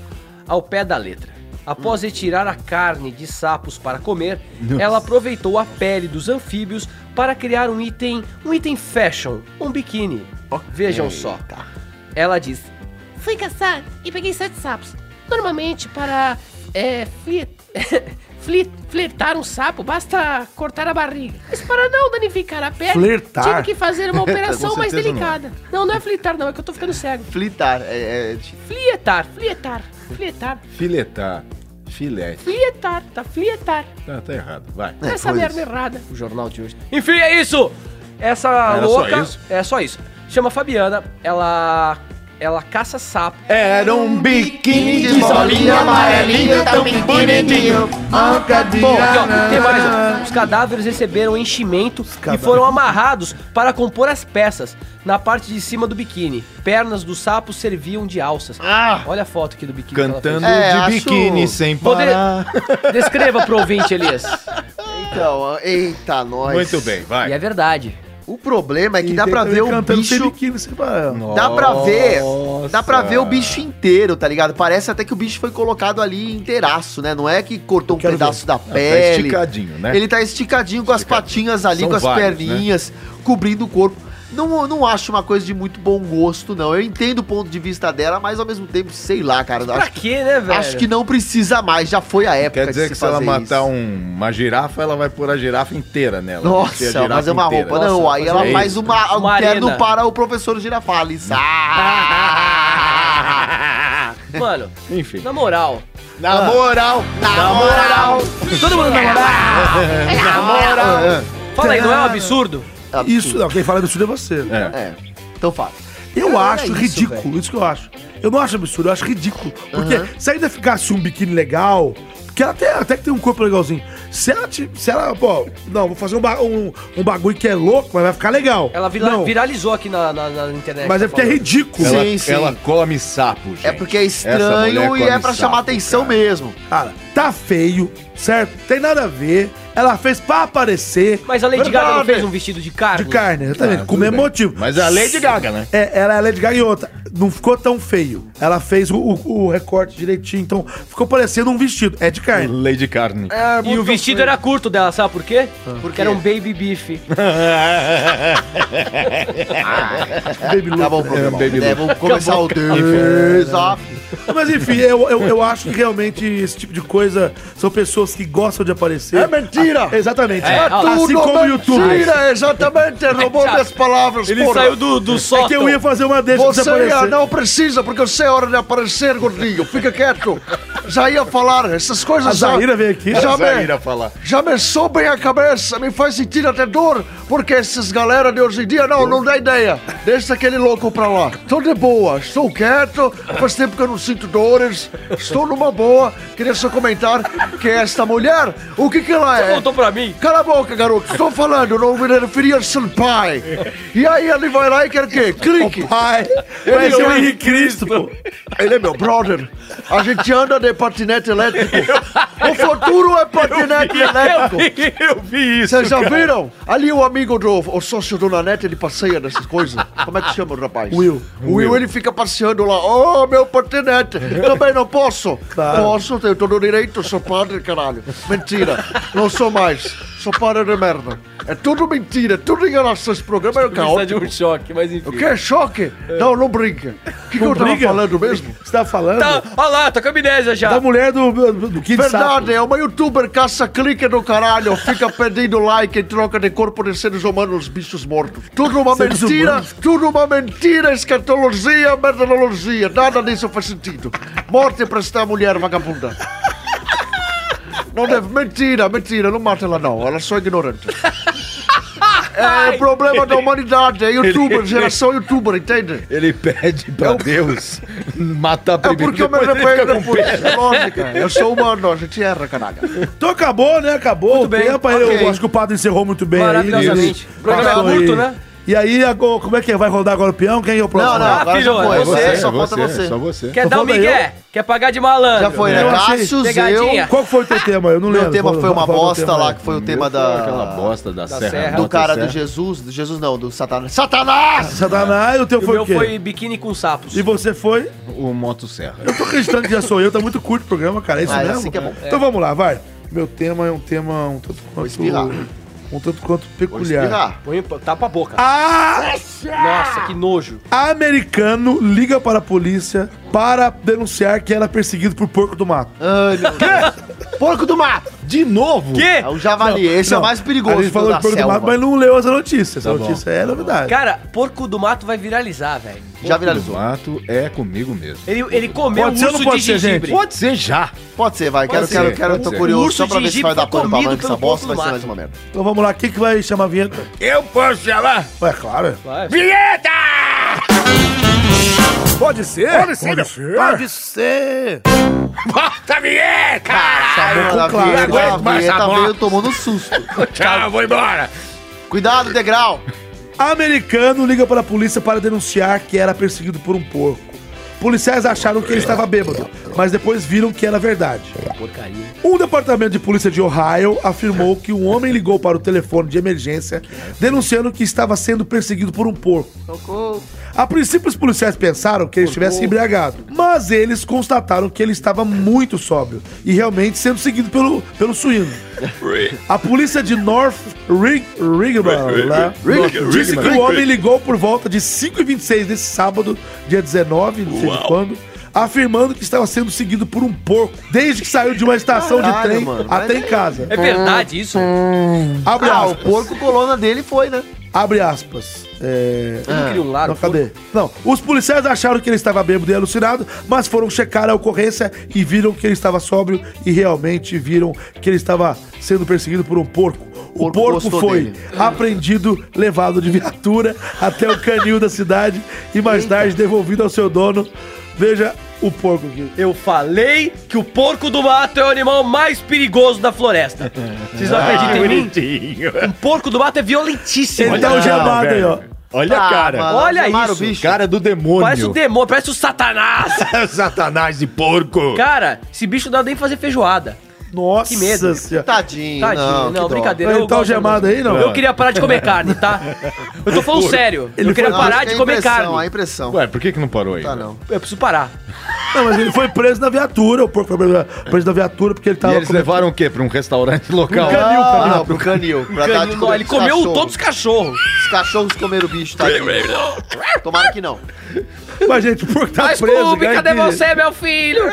ao pé da letra. Após retirar a carne de sapos para comer, ela aproveitou a pele dos anfíbios para criar um item, um item fashion, um biquíni. Vejam só. Ela diz: Fui caçar e peguei sete sapos. Normalmente, para é, fli- [laughs] fli- flertar um sapo, basta cortar a barriga. Mas para não é danificar a pele, Flertar? tive que [laughs] fazer uma operação Com mais certeza não. delicada. Não. não, é flertar, não, é que eu tô ficando cego. Flitar, é. é Flietar, flietar, flietar, Filetar. Filete. flietar, tá flietar. Tá, tá errado, vai. É, Essa merda errada. O jornal de hoje. Enfim, é isso! Essa Era só louca. isso? É só isso. Chama Fabiana, ela. Ela caça sapo. Era um biquíni de bolinha amarelinha, tão bonitinho. Bom, aqui, ó, tem mais, ó. Os cadáveres receberam enchimento e foram amarrados para compor as peças na parte de cima do biquíni. Pernas do sapo serviam de alças. Olha a foto aqui do biquíni. que ela fez. Ah! Cantando É, de acho- biquíni sem Poder- parar. [laughs] Descreva pro ouvinte, Elias. Então, ó, eita, nós. Muito bem, E vai. é verdade. O problema é que dá pra Ele ver o cantando sem bicho. biquíni, sem parar. Dá pra ver. Dá pra ver o Nossa. bicho inteiro, tá ligado? Parece até que o bicho foi colocado ali inteiraço, né? Não é que cortou um quero pedaço da Tá pele. esticadinho, né? Ele tá esticadinho com as patinhas ali, São com as vários, né? perninhas, cobrindo o corpo. Não, não acho uma coisa de muito bom gosto, não. Eu entendo o ponto de vista dela, mas ao mesmo tempo, sei lá, cara. eu Pra Acho, quê, né, velho? acho que não precisa mais, já foi a época Quer dizer de que se se ela fazer matar isso. um- uma girafa, ela vai pôr a girafa inteira nela. Vai ter a Nossa, girafa mas é uma inteira. roupa. Não, Nossa, aí mas ela é faz isso. uma, um Uma terno arena. para o professor Girafales. Ah! Mano, Enfim. na moral. Na moral, na moral. Todo mundo na moral. Na moral. Fala aí, não é um absurdo? Isso, não, quem fala absurdo é você. É. É, então fala. Eu é Cara, acho olha isso, ridículo, isso que eu acho. Eu não acho absurdo, eu acho ridículo. Porque se ainda ficasse um biquíni legal, que ela até, até que tem um corpo legalzinho. Se ela, te- se ela pô, não, vou fazer um, ba- um- um bagulho que é louco, mas vai ficar legal. Ela vira- não, viralizou aqui na, na- na internet. Mas tá é porque é falando. ridículo. Ela, Sim, sim. ela come sapo, gente. É porque é Essa estranho mulher e é come pra sapo, chamar atenção cara. mesmo. Cara, tá feio, certo? Tem nada a ver. Ela fez pra aparecer. Mas a Lady Gaga não Verdade. fez um vestido de carne? De carne, exatamente. Ah, com o tudo mesmo bem. motivo. Mas é a Lady Gaga, né? É, ela é a Lady Gaga e outra. Não ficou tão feio. Ela fez o, o- o recorte direitinho, então ficou parecendo um vestido. É de carne. Lei de carne. É, é E o vestido era curto dela, sabe por quê? Porque era um baby beef. Baby tá bom, o programa. É, Baby É, Loop. vamos começar o Deus. Off. Mas enfim, eu, eu, eu acho que realmente esse tipo de coisa são pessoas que gostam de aparecer. É mentira! exatamente. É, ó, assim como o YouTube. [laughs] exatamente, roubou minhas palavras, Ele saiu do, do É que eu ia fazer uma deixa pra você Você ah, aparecer. não precisa, porque eu sei a hora de aparecer, gordinho. Fica quieto. Já ia falar, essas A coisas já, Zaira veio aqui. já, Zaira me, falar. já me sobem a cabeça, me faz sentir até dor, porque essas galera de hoje em dia, não, não dá ideia. Deixa aquele louco pra lá. Tô de boa, estou quieto, faz tempo que eu não sinto dores, estou numa boa. Queria só comentar que esta mulher, o que que ela é? Voltou pra mim. Cala a boca, garoto. Estou falando, não me referi ao seu pai. E aí ele vai lá e quer o quê? Clique. é Pai, vai ser é o Henrique Cristo. pô. Ele é meu brother. A gente anda de patinete elétrico. O futuro é patinete elétrico. Eu vi isso. Vocês já viram? Ali o amigo do o sócio do Nanete, ele passeia nessas coisas. Como é que chama o rapaz? Will. O Will, ele fica passeando lá. Oh, meu patinete. Também não posso. Claro. Posso, tenho todo o direito. Sou padre, caralho. Mentira. Não sou mais. Sou padre de merda. É tudo mentira. É tudo enganação. Esse programa é Precisa de caótico. um choque, mas enfim. O que? é Choque? Não, não brinca. O que, que eu tava briga? falando mesmo? Você tá falando Tá, olha lá, tá com amnésia já. da mulher do, do, do Kid Verdade, Sapo. é uma youtuber caça-clique do caralho, fica pedindo like em troca de corpo de seres humanos, bichos mortos. Tudo uma Seres mentira, humanos. tudo uma mentira, escatologia, merdenologia, nada disso faz sentido. Morte pra esta mulher vagabunda. Não deve, mentira, mentira, não mata ela não, ela é só ignorante. É problema da humanidade, é youtuber, geração youtuber, entende? Ele pede pra Deus matar É primeiro. porque eu me depois ele fica arrependo, com por É pena. lógica, eu sou humano, a gente erra, caralho. Então acabou, né? Acabou. Muito bem, Eu ok. acho que o padre encerrou muito bem aí. Maravilhosamente. Ele O programa é passou curto, aí. né? E aí, agora, como é que é? Vai rodar agora o peão? Quem é o próximo? Não, não, Ah, agora filho, já foi. é Você, você, só é falta você, você. só você. Quer Tô dar o falando migué? Quer pagar de malandro? Já foi, né? Eu achei. Cássio, Pegadinha. eu. Qual que foi o teu tema? Eu não Meu lembro. tema Qual- foi uma qual o teu bosta tema? lá, que foi o tema Foi Aquela da. bosta da, da Serra. Serra. Do Bota cara Serra. do Jesus. Do Jesus não, do Satanás. Satanás! Satanás, tá o teu O foi o meu quê? foi biquíni com sapos. E você foi? O Moto Serra. Eu tô acreditando que já sou eu, tá muito curto o programa, cara. É isso Ah, mesmo? assim que é bom. Então vamos lá, vai. Meu tema é um tema um tanto quanto. espirrar. Um tanto quanto Vou peculiar. espirrar. Põe, um tapa a Ah! boca. A Nossa, que nojo. americano liga para a polícia para denunciar que era perseguido por porco do mato. Ai, meu Deus. Porco do mato! De novo? Quê? É o javali, esse é o mais perigoso. A gente falou de da porco do mato, selva. Tá mas não leu essa notícia. Essa notícia é novidade. Cara, porco do mato vai viralizar, velho. Já O viralizou. mato é comigo mesmo. Ele, ele comeu um Pode ser ou não urso pode de ser, gente? gengibre. Pode ser já. Pode ser, vai. Quero, Pode quero, ser, quero. pode Tô ser. curioso Urso só pra de ver se Egito vai dar foi pano pra comido manga que essa pelo bosta, porco vai do ser mais mato. uma merda. Então vamos lá, quem que vai chamar a vinheta? Eu posso falar? Ué, claro. é. Vai. Pode ser? É, Pode ser. Pode ser. Pode ser. Bota a vinheta! Tá bom, com da claro. vinheta, Não da aguento mais vinheta essa veio bosta. tomando susto. Tchau, vou embora. Cuidado, degrau. Americano liga para a polícia para denunciar que era perseguido por um porco. Policiais acharam que ele estava bêbado, mas depois viram que era verdade. Um departamento de polícia de Ohio afirmou que um homem ligou para o telefone de emergência denunciando que estava sendo perseguido por um porco. A princípio, os policiais pensaram que ele estivesse embriagado, mas eles constataram que ele estava muito sóbrio e realmente sendo seguido pelo, pelo suíno. A polícia de North Rig Rigobah, lá, disse que o homem ligou por volta de 5h26 desse sábado, dia 19, não sei de quando, afirmando que estava sendo seguido por um porco desde que saiu de uma estação de Caralho, trem mano, até mas- em casa. É verdade isso? Abre Ah, o aspas. porco colona dele foi, né? Abre aspas. É, Eu não queria um lado. não, cadê? Não, os policiais acharam que ele estava bêbado e alucinado, mas foram checar a ocorrência e viram que ele estava sóbrio e realmente viram que ele estava sendo perseguido por um porco. O Porco porco gostou foi dele. apreendido, levado de viatura até o canil da cidade e mais tarde devolvido ao seu dono. Veja o porco aqui. Eu falei que o porco do mato é o animal mais perigoso da floresta. Vocês Ah, não acreditam em mim? Um porco do mato é violentíssimo. Ele tá o gemado aí, ó. Olha a cara. olha chamaram É isso. o bicho. Cara do demônio. Parece o demônio, parece o [laughs] satanás. Satanás de porco. Cara, esse bicho não dá nem pra fazer feijoada. Nossa Que medo. senhora. Tadinho, Tadinho. Não, não, que dó. brincadeira. Ele eu tá o gosto gemado mesmo. aí, não? Eu queria parar de [laughs] comer carne, tá? Eu tô falando sério. eu queria Não, acho parar que é de a comer impressão, carne. A impressão. Ué, por que que não parou aí? Tá, não. Eu preciso parar. Não, mas ele foi preso na viatura, o porco foi preso- preso na viatura porque ele E tava... eles comendo- levaram o quê? Pra um restaurante local? canil, Ah, cara. não, pro canil. Pra dar de Canino, comer ele pros comeu cachorros. todos os cachorros. Os cachorros comeram o bicho, tadinho. Tomara que não. Mas, gente, o porco tá Mas, preso. Clube, cara, cadê que- você, meu filho?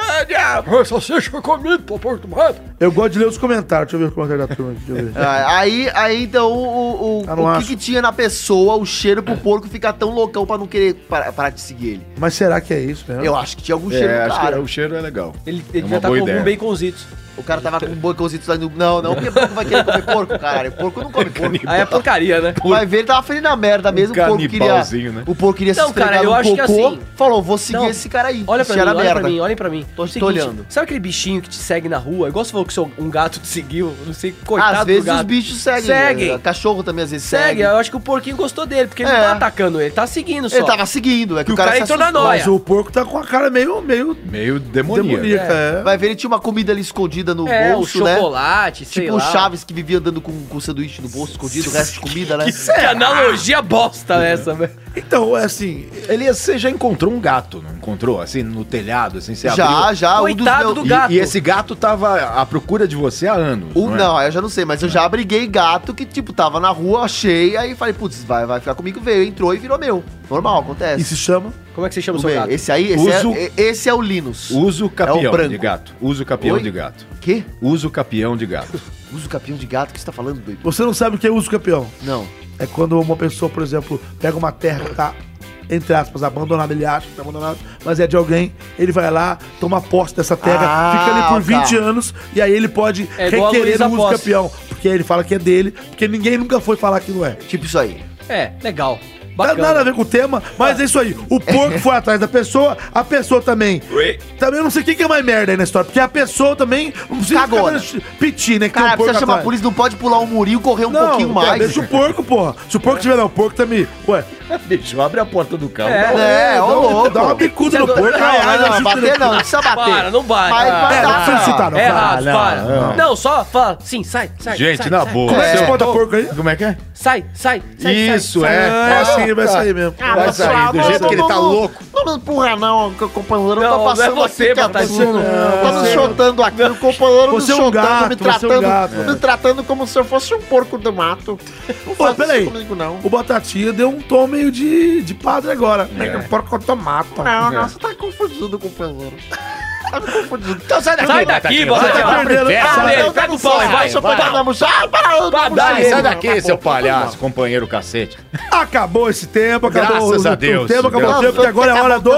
Salsicha comido, pô, porco mato. Eu gosto de ler os comentários. Deixa eu ver o comentário da turma aqui. Deixa [laughs] eu ver. Ah, Aí, aí então, o, o, Ah, não o que, acho. que tinha na pessoa, o cheiro pro porco ficar tão loucão pra não querer parar, parar de seguir ele? Mas será que é isso mesmo? Eu acho que tinha algum cheiro É, no acho que cara. o cheiro é legal. Ele, É ele uma já tá com boa algum ideia. baconzitos. O cara tava com um boicãozito lá no... Não, não, porque porco vai querer comer porco, caralho. Porco não come porco. Aí é porcaria, né? Vai ver, ele tava feliz na merda mesmo. Um o porco canibalzinho, queria. né? O porco queria Não, cara, eu acho que assim- Falou, vou seguir Não, esse cara aí. Olha Isso pra, mim, era olha pra mim, olha pra mim. Tô- tô Seguinte, olhando. Sabe aquele bichinho que te segue na rua? Igual você falou que seu- um gato te seguiu, não sei, coitado Às vezes do gato. os bichos seguem. Seguem. né? Cachorro também às vezes Segue, segue. eu acho que o porquinho gostou dele, porque ele É. não tá atacando ele, tá seguindo só. Ele tava seguindo, é que E o o cara, cara se entrou na assustou. noia. Mas o porco tá com a cara meio, meio Meio demoníaco. demoníaca. É. Vai ver, ele tinha uma comida ali escondida no É, o bolso, né? chocolate, sei Tipo lá. o Chaves que vivia andando com, com o sanduíche no bolso escondido, o resto de comida, né? Que analogia bosta Ah, um essa, velho. Então, é assim... Elias, você já encontrou um gato, não encontrou? Assim, no telhado, assim, você Já, abriu? já, um Coitado do meus- E- gato. E, esse gato tava à procura de você há anos. Um, é? não, aí eu já não sei, mas eu já abriguei gato que, tipo, tava na rua, achei, aí falei, putz, vai, vai ficar comigo, veio, entrou e virou meu. Normal, acontece. E se chama? Como é que você chama o Tudo seu bem, gato? Esse aí, esse, Uso- é, e- esse é o Linus. Uso É capião o branco. de gato. Uso capião Oi? de gato. Quê? Uso capião de gato. Uso capião de gato, o que você tá falando, doido? Você não sabe o que é uso campeão. Não. É quando uma pessoa, por exemplo, pega uma terra que tá, entre aspas, abandonada, ele acha que tá abandonada, mas é de alguém, ele vai lá, toma posse dessa terra, Ah, fica ali por 20 tá. anos, e aí ele pode É igual a requerer Luísa o uso Posse. campeão. Porque ele fala que é dele, porque ninguém nunca foi falar que não é. Tipo isso aí. É, legal. Tá Bacana. nada a ver com o tema, mas é isso aí. O porco foi atrás da pessoa, a pessoa também. Também eu não sei o que que é mais merda aí na história, porque a pessoa também não precisa ficar Cagona. dando piti, né? Que Cara, tem um porco precisa chamar a atrás. polícia, não pode pular um murinho e correr um Não, pouquinho cara, mais. Deixa o porco, porra. Se o porco tiver lá, o porco também. Ué, Bicho, abre a porta do carro. É. É, ô louco. dá uma bicuda no porco. Não, ai, um ai, não, não, chuta bater não, ele. Tá. não precisa bater. Para, não bate. Mas, Ah, mas É, não dá precisa pra- citar, não. É fala. errado, para. Não. só fala. Sim, sai, sai. Gente, sai, na sai. boa. Como é que seu- se bota porco aí? Como é que é? Sai, sai, sai. Isso, sai, é. sai. É assim, vai sair mesmo. Ah, Vai pessoal, sair, do não, jeito não, que ele não, tá não, louco. Não me empurra não, que o companheiro Não, tá não é passando você, aqui. que a- Batatinha. Tá me chutando aqui, o companheiro me Você é um chutando, gato, me você é um tratando, gato, me tratando como se eu fosse um porco do mato. Não Pô, faz peraí. isso comigo não. O Batatinha deu um tom meio de, de padre agora. É. Porco tomata. Não, não, você tá confundindo, companheiro. Tá me confundindo. Então sai é. daqui. Sai daqui, você Tá perdendo. Ah, Sai, não, pega não o pau e sai, vai, seu vai. companheiro. Sai, para, Vai, não dá, sai, sai não, daqui, seu palhaço, companheiro cacete. Acabou esse tempo, acabou Graças o, a o Deus. tempo, acabou o Graças- tempo, porque agora é a hora do...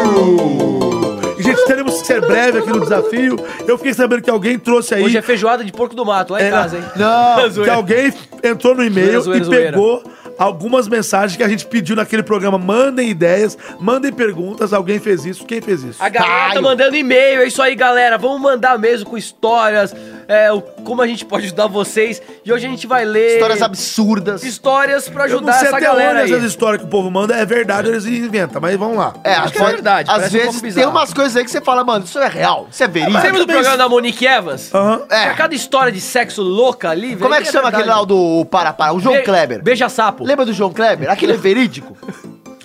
Desafio! Gente, teremos que ser breve aqui no desafio. Eu fiquei sabendo que alguém trouxe aí... Hoje é feijoada de porco do mato, lá em Era- casa, hein? [laughs] É É, Não, que é Zoeira. alguém entrou no e-mail Zoeira, e zoeira, pegou algumas mensagens que a gente pediu naquele programa. Mandem ideias, mandem perguntas. Alguém fez isso? Quem fez isso? A galera tá Caio. mandando e-mail, é isso aí, galera. Vamos mandar mesmo com histórias, é, o- como a gente pode ajudar vocês. E hoje a gente vai ler Histórias absurdas. histórias pra ajudar essa galera aí. essas histórias que o povo manda é verdade, eles inventam, mas vamos lá. É, Acho que é pode- verdade, Às parece um vezes pouco tem bizarro. umas coisas aí que você fala, mano, isso é real, isso é verídico. Lembra do programa da Monique Evans? Aham. É. Pra cada história de sexo louca ali, velho. Como é que chama aquele lá do Para Para? O João Kleber. Beija sapo. Lembra do João Kleber? Aquele é verídico.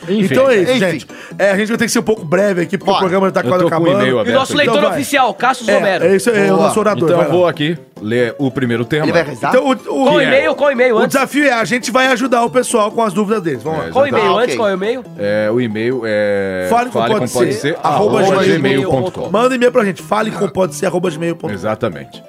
Então é isso, Enfim. gente. É, a gente vai ter que ser um pouco breve aqui, porque Bora. o programa tá Eu quase tô com o acabando. e-mail E o aberto. nosso aqui. leitor Então vai. oficial, Cássio Romero. é, é isso aí, é o Boa. nosso orador. Então vai eu lá. vou aqui ler o primeiro tema. Ele vai rezar? Então, o, o, Qual é? e-mail? Qual e-mail o antes? desafio é a gente vai ajudar o pessoal com as dúvidas deles. Vamos lá. É, Qual e-mail Ah, antes? ok. Qual e-mail? É, o e-mail é. Fale com pode ser, arroba arroba gmail.com. gmail.com. Manda e-mail pra gente. Fale com pode ser arroba gmail.com. Exatamente.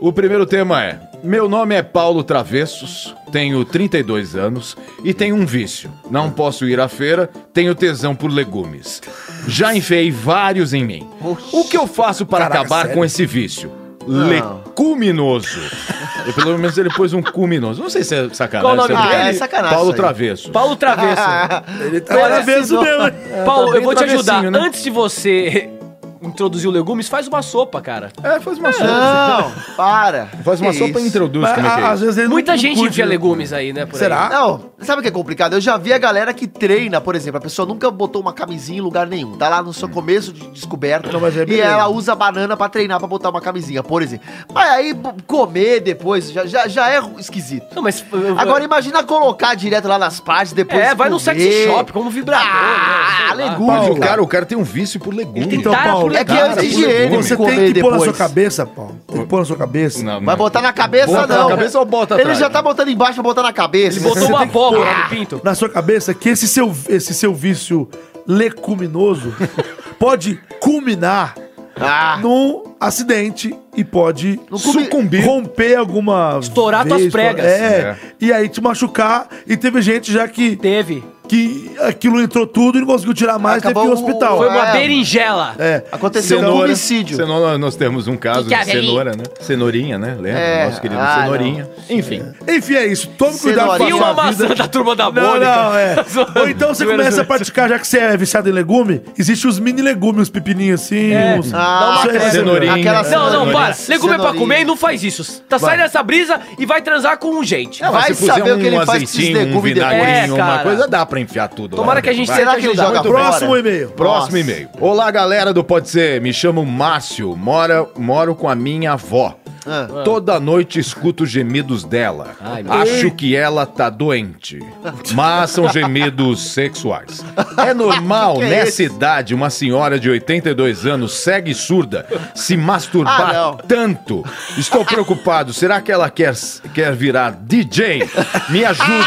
O primeiro tema é: Meu nome é Paulo Travessos, tenho 32 anos e tenho um vício. Não posso ir à feira, tenho tesão por legumes. Já enfiei vários em mim. O que eu faço para Caraca, acabar sério? com esse vício? Lecuminoso. E pelo menos ele pôs um cuminoso. Não sei se é Qual sacanagem. o nome se dele? brincadeira. Ah, é sacanagem Paulo isso aí. Travesso. Paulo Travesso. [laughs] Ele tá na vez do meu. Paulo, tá bem eu vou te ajudar. travessinho, né? Antes de você [laughs] introduzir o legumes, faz uma sopa, cara. É, faz uma sopa. Não, para. Faz uma Que sopa e isso? introduz como é que é. ah, Às isso. vezes ele Muita não- não gente curte, enfia né? legumes aí, né? Por aí. Será? Não, sabe o que é complicado? Eu já vi a galera que treina, por exemplo, a pessoa nunca botou uma camisinha em lugar nenhum. Tá lá no seu começo de descoberta Não, mas é e beleza. ela usa a banana pra treinar pra botar uma camisinha, por exemplo. Mas aí b- comer depois já, já, já é esquisito. Não, mas. Agora imagina colocar direto lá nas partes, depois. É, vai no comer. sex shop, como vibrador. Ah, né? Sei lá. legume. Mas Paulo. o cara, o cara tem um vício por legumes. Então, Tara Paulo, por É que legumes. é anti-higiene legume. você Você comer tem que pôr depois. na sua cabeça, Paulo. Tem que pôr na sua cabeça. Não, Vai não. botar na cabeça, Bota na não. cabeça ou bota Ele atrás? já tá botando embaixo pra botar na cabeça. Ele botou Você uma tem que- abóbora no pinto. Na sua cabeça que esse seu, esse seu vício [laughs] lecuminoso pode culminar Ah. num acidente e pode cumi- sucumbir, romper alguma. Estourar tuas pregas. É, E aí te machucar. E teve gente já que, Teve. que aquilo entrou tudo e não conseguiu tirar mais e teve que ir ao Acabou o- hospital. Foi uma É. berinjela. É. Aconteceu um Cenoura. homicídio. Cenoura, nós temos um caso Que que de é, velhinho? cenoura, né? Cenourinha, né? Lembra? É. Nosso querido Ah, cenourinha. Enfim. Enfim, é isso. Tome cuidado com a E uma sua maçã vida. da turma da Não, Mônica. não, é. [laughs] Zoando. Ou então você Zoeira, começa a zoeira. praticar, já que você é viciado em legume, existe os mini legumes, os pepininhos assim, É. uns... Ah, Isso aí, crepa. cenourinha. Não, Aquela não, cenourinha. para. Legume é pra Cenourinha. comer e não faz isso. Tá saindo dessa brisa e vai transar com um gente. Vai se puser saber o que ele faz com esses um legumes depois. vinagrinho, É, uma cara. coisa, dá pra enfiar tudo. lá Tomara que a dentro, gente vai. Será que ele ajuda. joga Próximo fora? e-mail. Próximo Nossa. e-mail. Olá, galera do Pode Ser. Me chamo Márcio. Mora, moro com a minha avó. Ah. Toda noite escuto gemidos dela. Acho que ela tá doente. Mas são gemidos sexuais. É normal, [laughs] Que que é nessa isso? idade, uma senhora de 82 anos, cega e surda, se Ah, masturbar não. tanto. Estou preocupado. Será que ela quer, quer virar DJ? Me ajudem.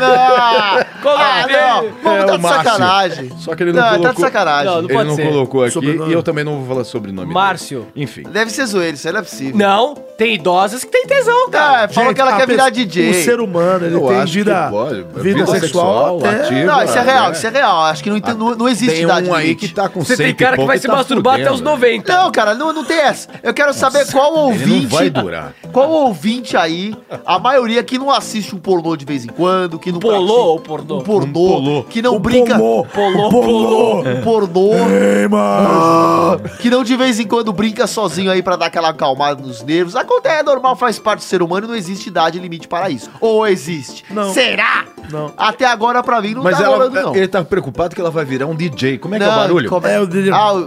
Ah, Qual ah, é? não. Vamos É, tá o de Márcio. sacanagem. Só que ele não tá de colocou- sacanagem. Não, não Ele pode não ser. colocou aqui Sobrenome. e eu também não vou falar sobrenome. dele. Márcio. Enfim. Deve ser zoeiro, isso aí não é possível. Não, tem idosas que tem tesão, cara. É, falou Gente, que ela a quer virar pessoa- DJ. O ser humano, ele Eu tem acho que vida, pode. vida, Vida sexual, sexual, até- ativo. Não, isso é né? Ah, real, isso é real. Acho que não, ent- não, não existe Tem idade um aí limite. que tá com Você tem cento e cara que pouco vai e se tá masturbar até os fudendo. 90. Não, cara, não, não tem essa. Eu quero saber qual ele não ouvinte. vai durar. Ah. Qual ouvinte aí, a maioria que não assiste um pornô de vez em quando, que não. tá Polô pratica- ou pornô? Um pornô. Um polô. Que não O brinca. Polô, Polô, o polô. Um pornô. Ah, Ei, mano. Que não de vez em quando brinca sozinho aí pra dar aquela acalmada nos nervos. Acontece, é normal, faz parte do ser humano e não existe idade limite para isso. Ou existe? Não. Será? Não. Até agora, pra mim, não Mas tá ela, rolando, não. ele tá preocupado que ela vai virar um DJ. Como é que é o Não, barulho? como- É, o DJ. Ah, o-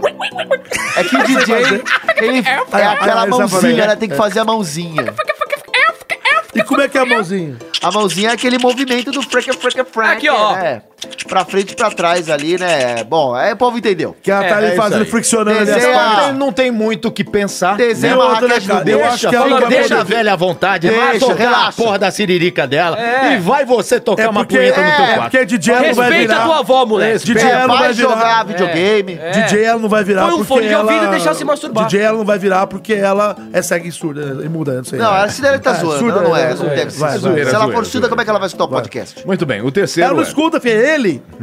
É que o DJ, ele é aquela Ah, ele sabe mãozinha, fazer. né? Tem que fazer a mãozinha. E como é que é a mãozinha? A mãozinha é aquele movimento do freca, freca, freca. Aqui, ó. Né? Pra frente e pra trás ali, né? Bom, aí o povo entendeu. Que ela É, tá é ali isso fazendo, aí. friccionando ali as Desenha- partes. Não tem- não tem muito o que pensar. Desenha E uma outra, é né, raquete no cara? Eu dedo. acho que ela fala, não vai É deixa poder- a velha à vontade, Deixa, vai tocar relaxa. a porra da siririca dela É. e vai você tocar É uma porque, punheta no teu é, quarto. porque DJ ela não vai Respeita a tua virar. avó, moleque. DJ É, ela não vai vai jogar virar. videogame. É. DJ ela não vai virar Põe um porque fone de ela... ouvido e deixa ela se masturbar. DJ ela não vai virar porque ela é cega e surda e muda, não sei. Não, ela se deve Ah, tá zoando. surda, ela não é, é, não é, deve ser. vai, surda. vai, Se ela zoeira, for surda, zoeira. como é que ela vai escutar o podcast? Muito bem, o terceiro. Ela não é- escuta, filho, é ele.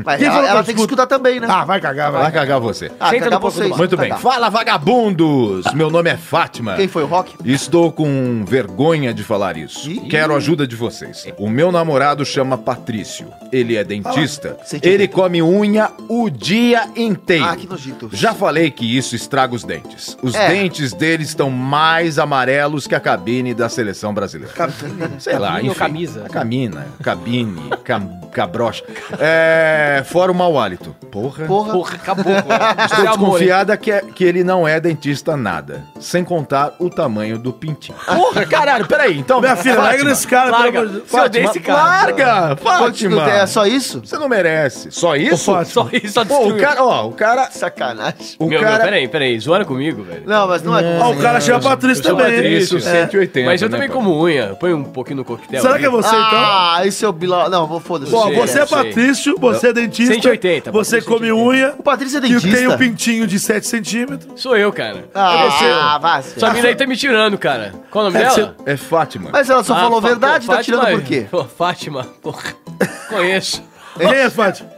Mas Quem ela, falou que ela tem que escuta? escutar também, né? Ah, um vai cagar, vai. Vai cagar você. Ah, Senta cagar no pouco do vocês. bar. Muito bem. Cagar. Fala, vagabundos! Meu nome é Fátima. Quem foi o Rock? Estou com vergonha de falar isso. Quero a ajuda de vocês. O meu namorado chama Patrício. Ele é dentista. sentimento. Ele come unha o dia inteiro. Ah, que nojento. Já falei que isso estraga os dentes. Os É. dentes dele estão mais amarelos que a cabine da seleção brasileira. Sei lá, Cabine ou enfim. camisa? A camina, cabine, cam, cabrocha. É, fora o mau hálito. Porra. Porra. Porra, acabou. Agora. Estou Isso é amor, hein? desconfiada que, é- que ele não é dentista nada. Sem contar o tamanho do pintinho. Porra, caralho, peraí. Então, Minha filha, larga Fátima. nesse cara, Larga. pelo amor de Deus. Se eu desse cara. Larga! Fátima! Quanto- É só isso? Você não merece. Só isso? Fátima. Só isso, só Pô, o destruiu. cara, ó, o cara... Sacanagem. O Meu, meu, cara... peraí, peraí. Zoaram comigo, velho. Não, mas não é com Ó, você. o cara chama Patrício Eu sou também. Patrício. Isso, É. 180, Mas eu né, também pai? como unha. Põe um pouquinho no coquetel. Será ali. que é você, então? Ah, esse é o Bilal. Não, vou foda-se. Ó, sei, você não é sei. Patrício, você é dentista. 180, Você Patrício, come 180. unha. O Patrício é E dentista. tem um pintinho de 7 centímetros. Sou eu, cara. Ah, é você. vai se- Essa mina aí tá me tirando, cara. Qual o nome É, dela? você- é Fátima. Mas ela só Ah, falou Fá- verdade, pô, tá tirando Fátima- por quê? Pô, Fátima, porra. Conheço. [laughs] Quem é, Fátima?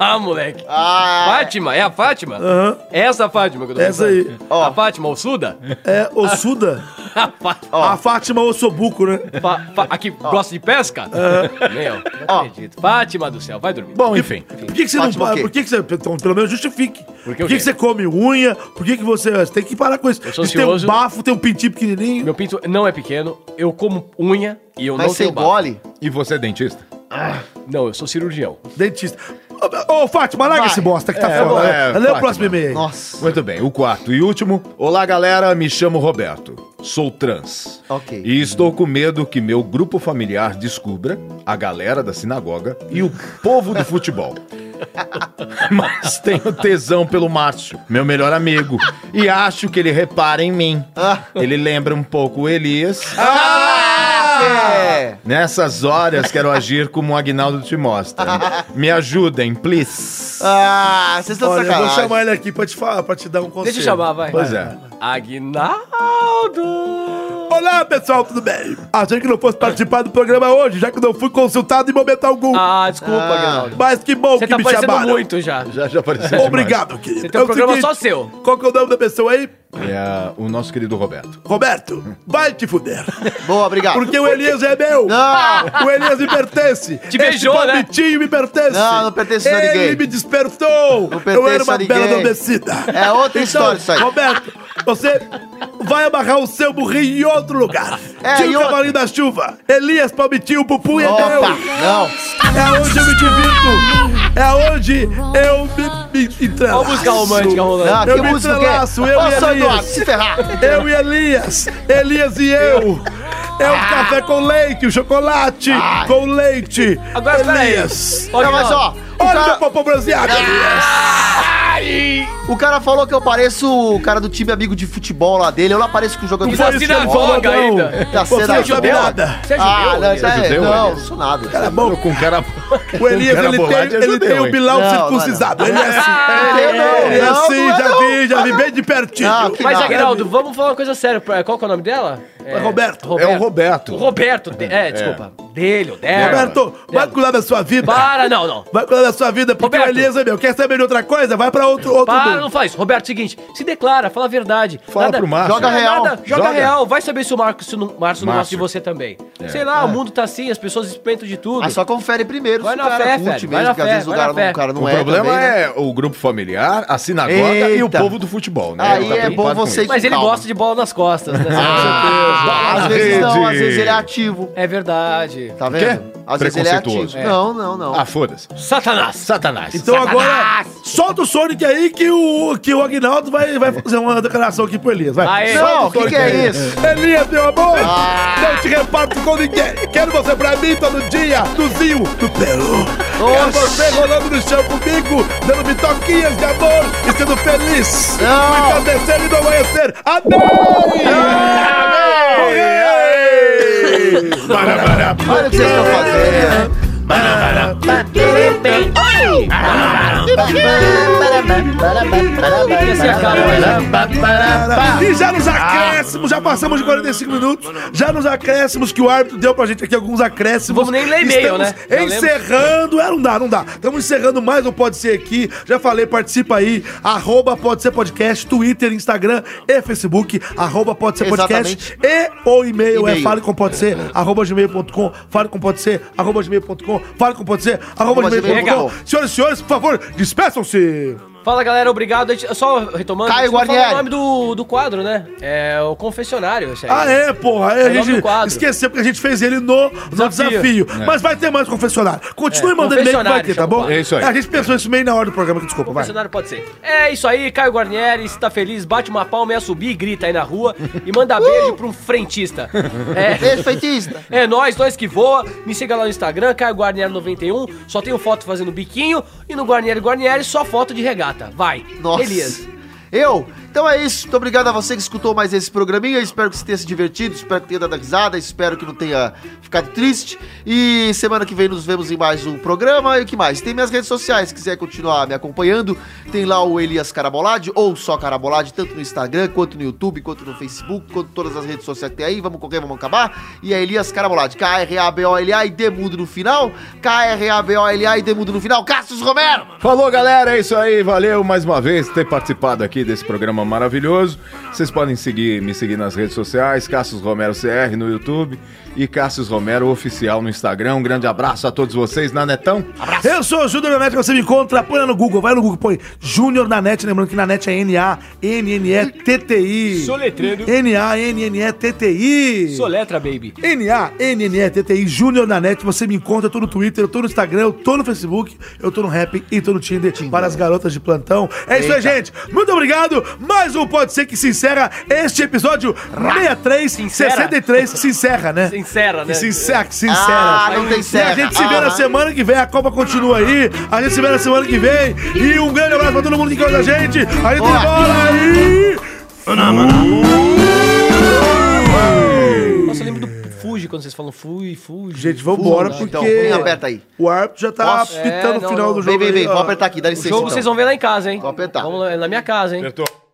Ah, moleque. Ah, Fátima? É a Fátima? É Aham. Essa Fátima que eu tô Essa pensando. aí. Ó. A Fátima, o Suda? É Ossuda? [laughs] A Fátima. A Fátima Ossobuco, né? Fa- fa- a que gosta de pesca? [laughs] Meu, não Ó. acredito. Fátima do céu, vai dormir. Bom, enfim. Por que, que você Fátima, não. o quê? Por que, que você. Então, pelo menos justifique. Por quê, o que, quê? que você come unha? Por que, que você. Você tem que parar com isso. sou Isso tem um ansioso. bafo, tem um pintinho pequenininho. Meu pinto não é pequeno, eu como unha e eu mas não você tenho barba. engole? E você é dentista? Não, eu sou cirurgião. Dentista. Ô, ô, Fátima, larga Vai. esse bosta que tá É, fora. é, Lê Fátima. o próximo e-mail aí. Nossa. Muito bem, o quarto e último. Olá, galera, me chamo Roberto. Sou trans. Ok. E estou com medo que meu grupo familiar descubra a galera da sinagoga e o povo do futebol. Mas tenho tesão pelo Márcio, meu melhor amigo, e acho que ele repara em mim. Ele lembra um pouco o Elias. É. Nessas horas quero agir como o Agnaldo te mostra. Me ajudem, please. Ah, vocês estão Olha, eu vou sacanagem. chamar ele aqui pra te, falar, pra te dar um conselho. Deixa eu chamar, vai. Pois é. Aguinaldo! Olá, pessoal, tudo bem? Achei que não fosse participar do programa hoje, já que não fui consultado em momento algum. Ah, desculpa, Aguinaldo. Mas que bom Você que tá me parecendo chamaram. muito já. Já, já apareceu é demais. Obrigado, querido. Você tem um É o programa seguinte, só seu. Qual que é o nome da pessoa aí? É o nosso querido Roberto. Roberto, vai te fuder. Boa, obrigado. Porque o Elias é meu. Ah, Não. O Elias me pertence. Te beijou, Este né? palmitinho me pertence. Não, não pertence a Ele ninguém. me despertou. Não pertence Eu era a uma ninguém. bela adormecida. Então, É outra história isso aí. Roberto, você vai amarrar o seu burrinho em outro lugar. É, Tira e o outra. cavalinho da chuva. Elias, palmitinho, pupu é meu. Opa, Tá, não. É onde eu me divirto. É onde eu me, me entrelaço. Olha a música romântica rolando. Não, Eu que me música que é? entrelaço, eu Ô, e seu Eduardo, Elias. se ferrar. Eu e Elias, Elias e eu. É o café com leite, o chocolate com leite. Agora, peraí. Elias. Ô, Não, mas Aguinaldo, ó, o Olha o cara- meu popô bronzeado, Elias. Ai! O cara falou que eu pareço o cara do time amigo de futebol lá dele. Eu não pareço com o jogador E da sinagoga ainda. Da é Você cena não sabe nada. Você é Ah, judeu, não, Elias? isso é- judeu, não, Elias? não sou nada. Cara, bom, Com cara. [laughs] o Elias, ele tem, borracha é ele tem judeu, o hein? Bilal Não, circuncisado. Ele é assim. Ah, Eu não, ele é não, assim, não é já não. vi, já vi bem de pertinho. Ah, Não, que Mas, nada. Agnaldo, vamos falar uma coisa séria. pra- Qual que é o nome dela? É, Roberto. É o Roberto. O Roberto. de- É, desculpa. Dele, o dela. Roberto, vai Dela. cuidar da sua vida. Para, não, não. Vai cuidar da sua vida, porque Roberto. o Elias é meu. Quer saber de outra coisa? Vai pra outro, outro Para, mundo. não faz. Roberto, seguinte, se declara, fala a verdade. Fala pro Márcio. Joga real. joga, Joga. real. Vai saber se o Marcos, se o Márcio não gosta de Márcio. você também. Sei lá, o mundo tá assim, as pessoas experimentam de tudo. Mas Ah, só confere primeiro Vai se o na cara fé, curte velho, vai mesmo, na porque às fé, vezes o vai cara, na não, fé. o cara não o é problema também, né? é o grupo familiar, a sinagoga e o Eita. povo do futebol, né? Aí Ele é bom preocupado com você isso. Mas ele Calma. gosta de bola nas costas, né? Você tem certeza. Ah, Às vezes não, às Rede. vezes ele é ativo. É verdade. Tá vendo? Quê? Às vezes ele é ativo. Preconceituoso. É. Não, não, não. Ah, foda-se. Satanás. Satanás. Então agora, solta o Sonic aí que o, que o Agnaldo vai, vai fazer uma declaração aqui pro Elias. Vai. Aê. Solta Não, o que Sonic que é aí. isso? Elias, meu amor, não te reparto com ninguém. Quero você pra mim todo dia, do Zinho, do Peru. Quero você rolando no chão comigo, dando bitoquinhas de amor e sendo feliz. Não. No entardecer e no amanhecer. Amém! Olha o que vocês estão fazendo. Ah! Esse é a cara, mas- E já nos acréscimos, já passamos de 45 minutos, já nos acréscimos que o árbitro deu pra gente aqui alguns acréscimos. Vamos nem ler e-mail, Estamos né? Não lembro. Encerrando, é, não dá, não dá. Estamos encerrando mais um Pode Ser aqui. Já falei, participa aí, arroba Pode Ser Podcast, Twitter, Instagram e Facebook, arroba Pode Ser Podcast e o e-mail é E-mail. fale com pode ser, arroba gmail.com, fale com pode ser, arroba gmail.com, fale com pode ser, arroba gmail.com. Legal. Senhoras e senhores, por favor, despeçam-se. Fala galera, obrigado. A gente- Só retomando, Caio a gente não falou Guarnieri. o nome do, do quadro, né? É o Confessionário. esse aí. Ah, é, porra. Aí É a o nome gente do quadro. esqueceu porque a gente fez ele no no desafio. Desafio. Mas vai ter mais confessionário. Continue É, mandando e-mail que vai confessionário, ter, tá chama o bom? quadro. É isso aí. A gente pensou isso meio na hora do programa, que desculpa, vai. Confessionário pode ser. É isso aí, Caio Guarnieri, se tá feliz, bate uma palma e subir e grita aí na rua e [laughs] Uh! manda beijo pra um frentista. Beijo, É. feitista. É nós, nós que voa. Me siga lá no Instagram, Caio Guarnieri91. Só tenho foto fazendo biquinho. E no Guarnieri Guarnieri, só foto de regata. Vai. Nossa. Elias. Eu? Então é isso. Muito obrigado a você que escutou mais esse programinha. Espero que você tenha se divertido, espero que tenha dado risada, espero que não tenha ficado triste. E semana que vem nos vemos em mais um programa. E o que mais? Tem minhas redes sociais, se quiser continuar me acompanhando. Tem lá o Elias Carabolade, ou só Carabolade, tanto no Instagram, quanto no YouTube, quanto no Facebook, quanto todas as redes sociais que tem aí. Vamos correr, vamos acabar. E é Elias Carabolade, K-R-A-B-O-L-A e Demudo no final. K-R-A-B-O-L-A e Demudo no final. Cassius Romero! Falou, galera. É isso aí. Valeu mais uma vez ter participado aqui desse programa maravilhoso. Vocês podem seguir, me seguir nas redes sociais, Cassius Romero CR no YouTube e Cassius Romero Oficial no Instagram. Um grande abraço a todos vocês, na Netão. Eu sou o Júnior da NET, você me encontra, põe lá no Google, vai no Google, põe Júnior da NET, lembrando que na NET é N-A-N-N-E-T-T-I. Soletrando. N-A-N-N-E-T-T-I. Soletra, baby. N-A-N-N-E-T-T-I, Júnior na net, você me encontra, eu tô no Twitter, eu tô no Instagram, eu tô no Facebook, eu tô no Rap e tô no Tinder, para as garotas de plantão. É isso aí, gente. Muito obrigado. Mais um Pode Ser que se encerra este episódio 63, Sincera. 63, que se encerra, né? Sincera, né? Que se encerra, que se Ah, encerra. não tem E a serra. gente se vê Ah. na semana que vem, a Copa continua aí, a gente se vê na semana que vem, e um grande abraço pra todo mundo que gosta da gente, a gente vai Boa. embora e... Nossa, eu lembro do Fuji quando vocês falam fui, fuji. Gente, vambora, Então, porque põe aberta aí. o árbitro já tá Nossa, pitando é, o não, final não. do Vem, jogo. vem, aí, vem. ó. Vou apertar aqui, dá O licença. jogo então. vocês vão ver lá em casa, hein? Vou apertar. Vamos lá, na minha casa, hein? Apertou.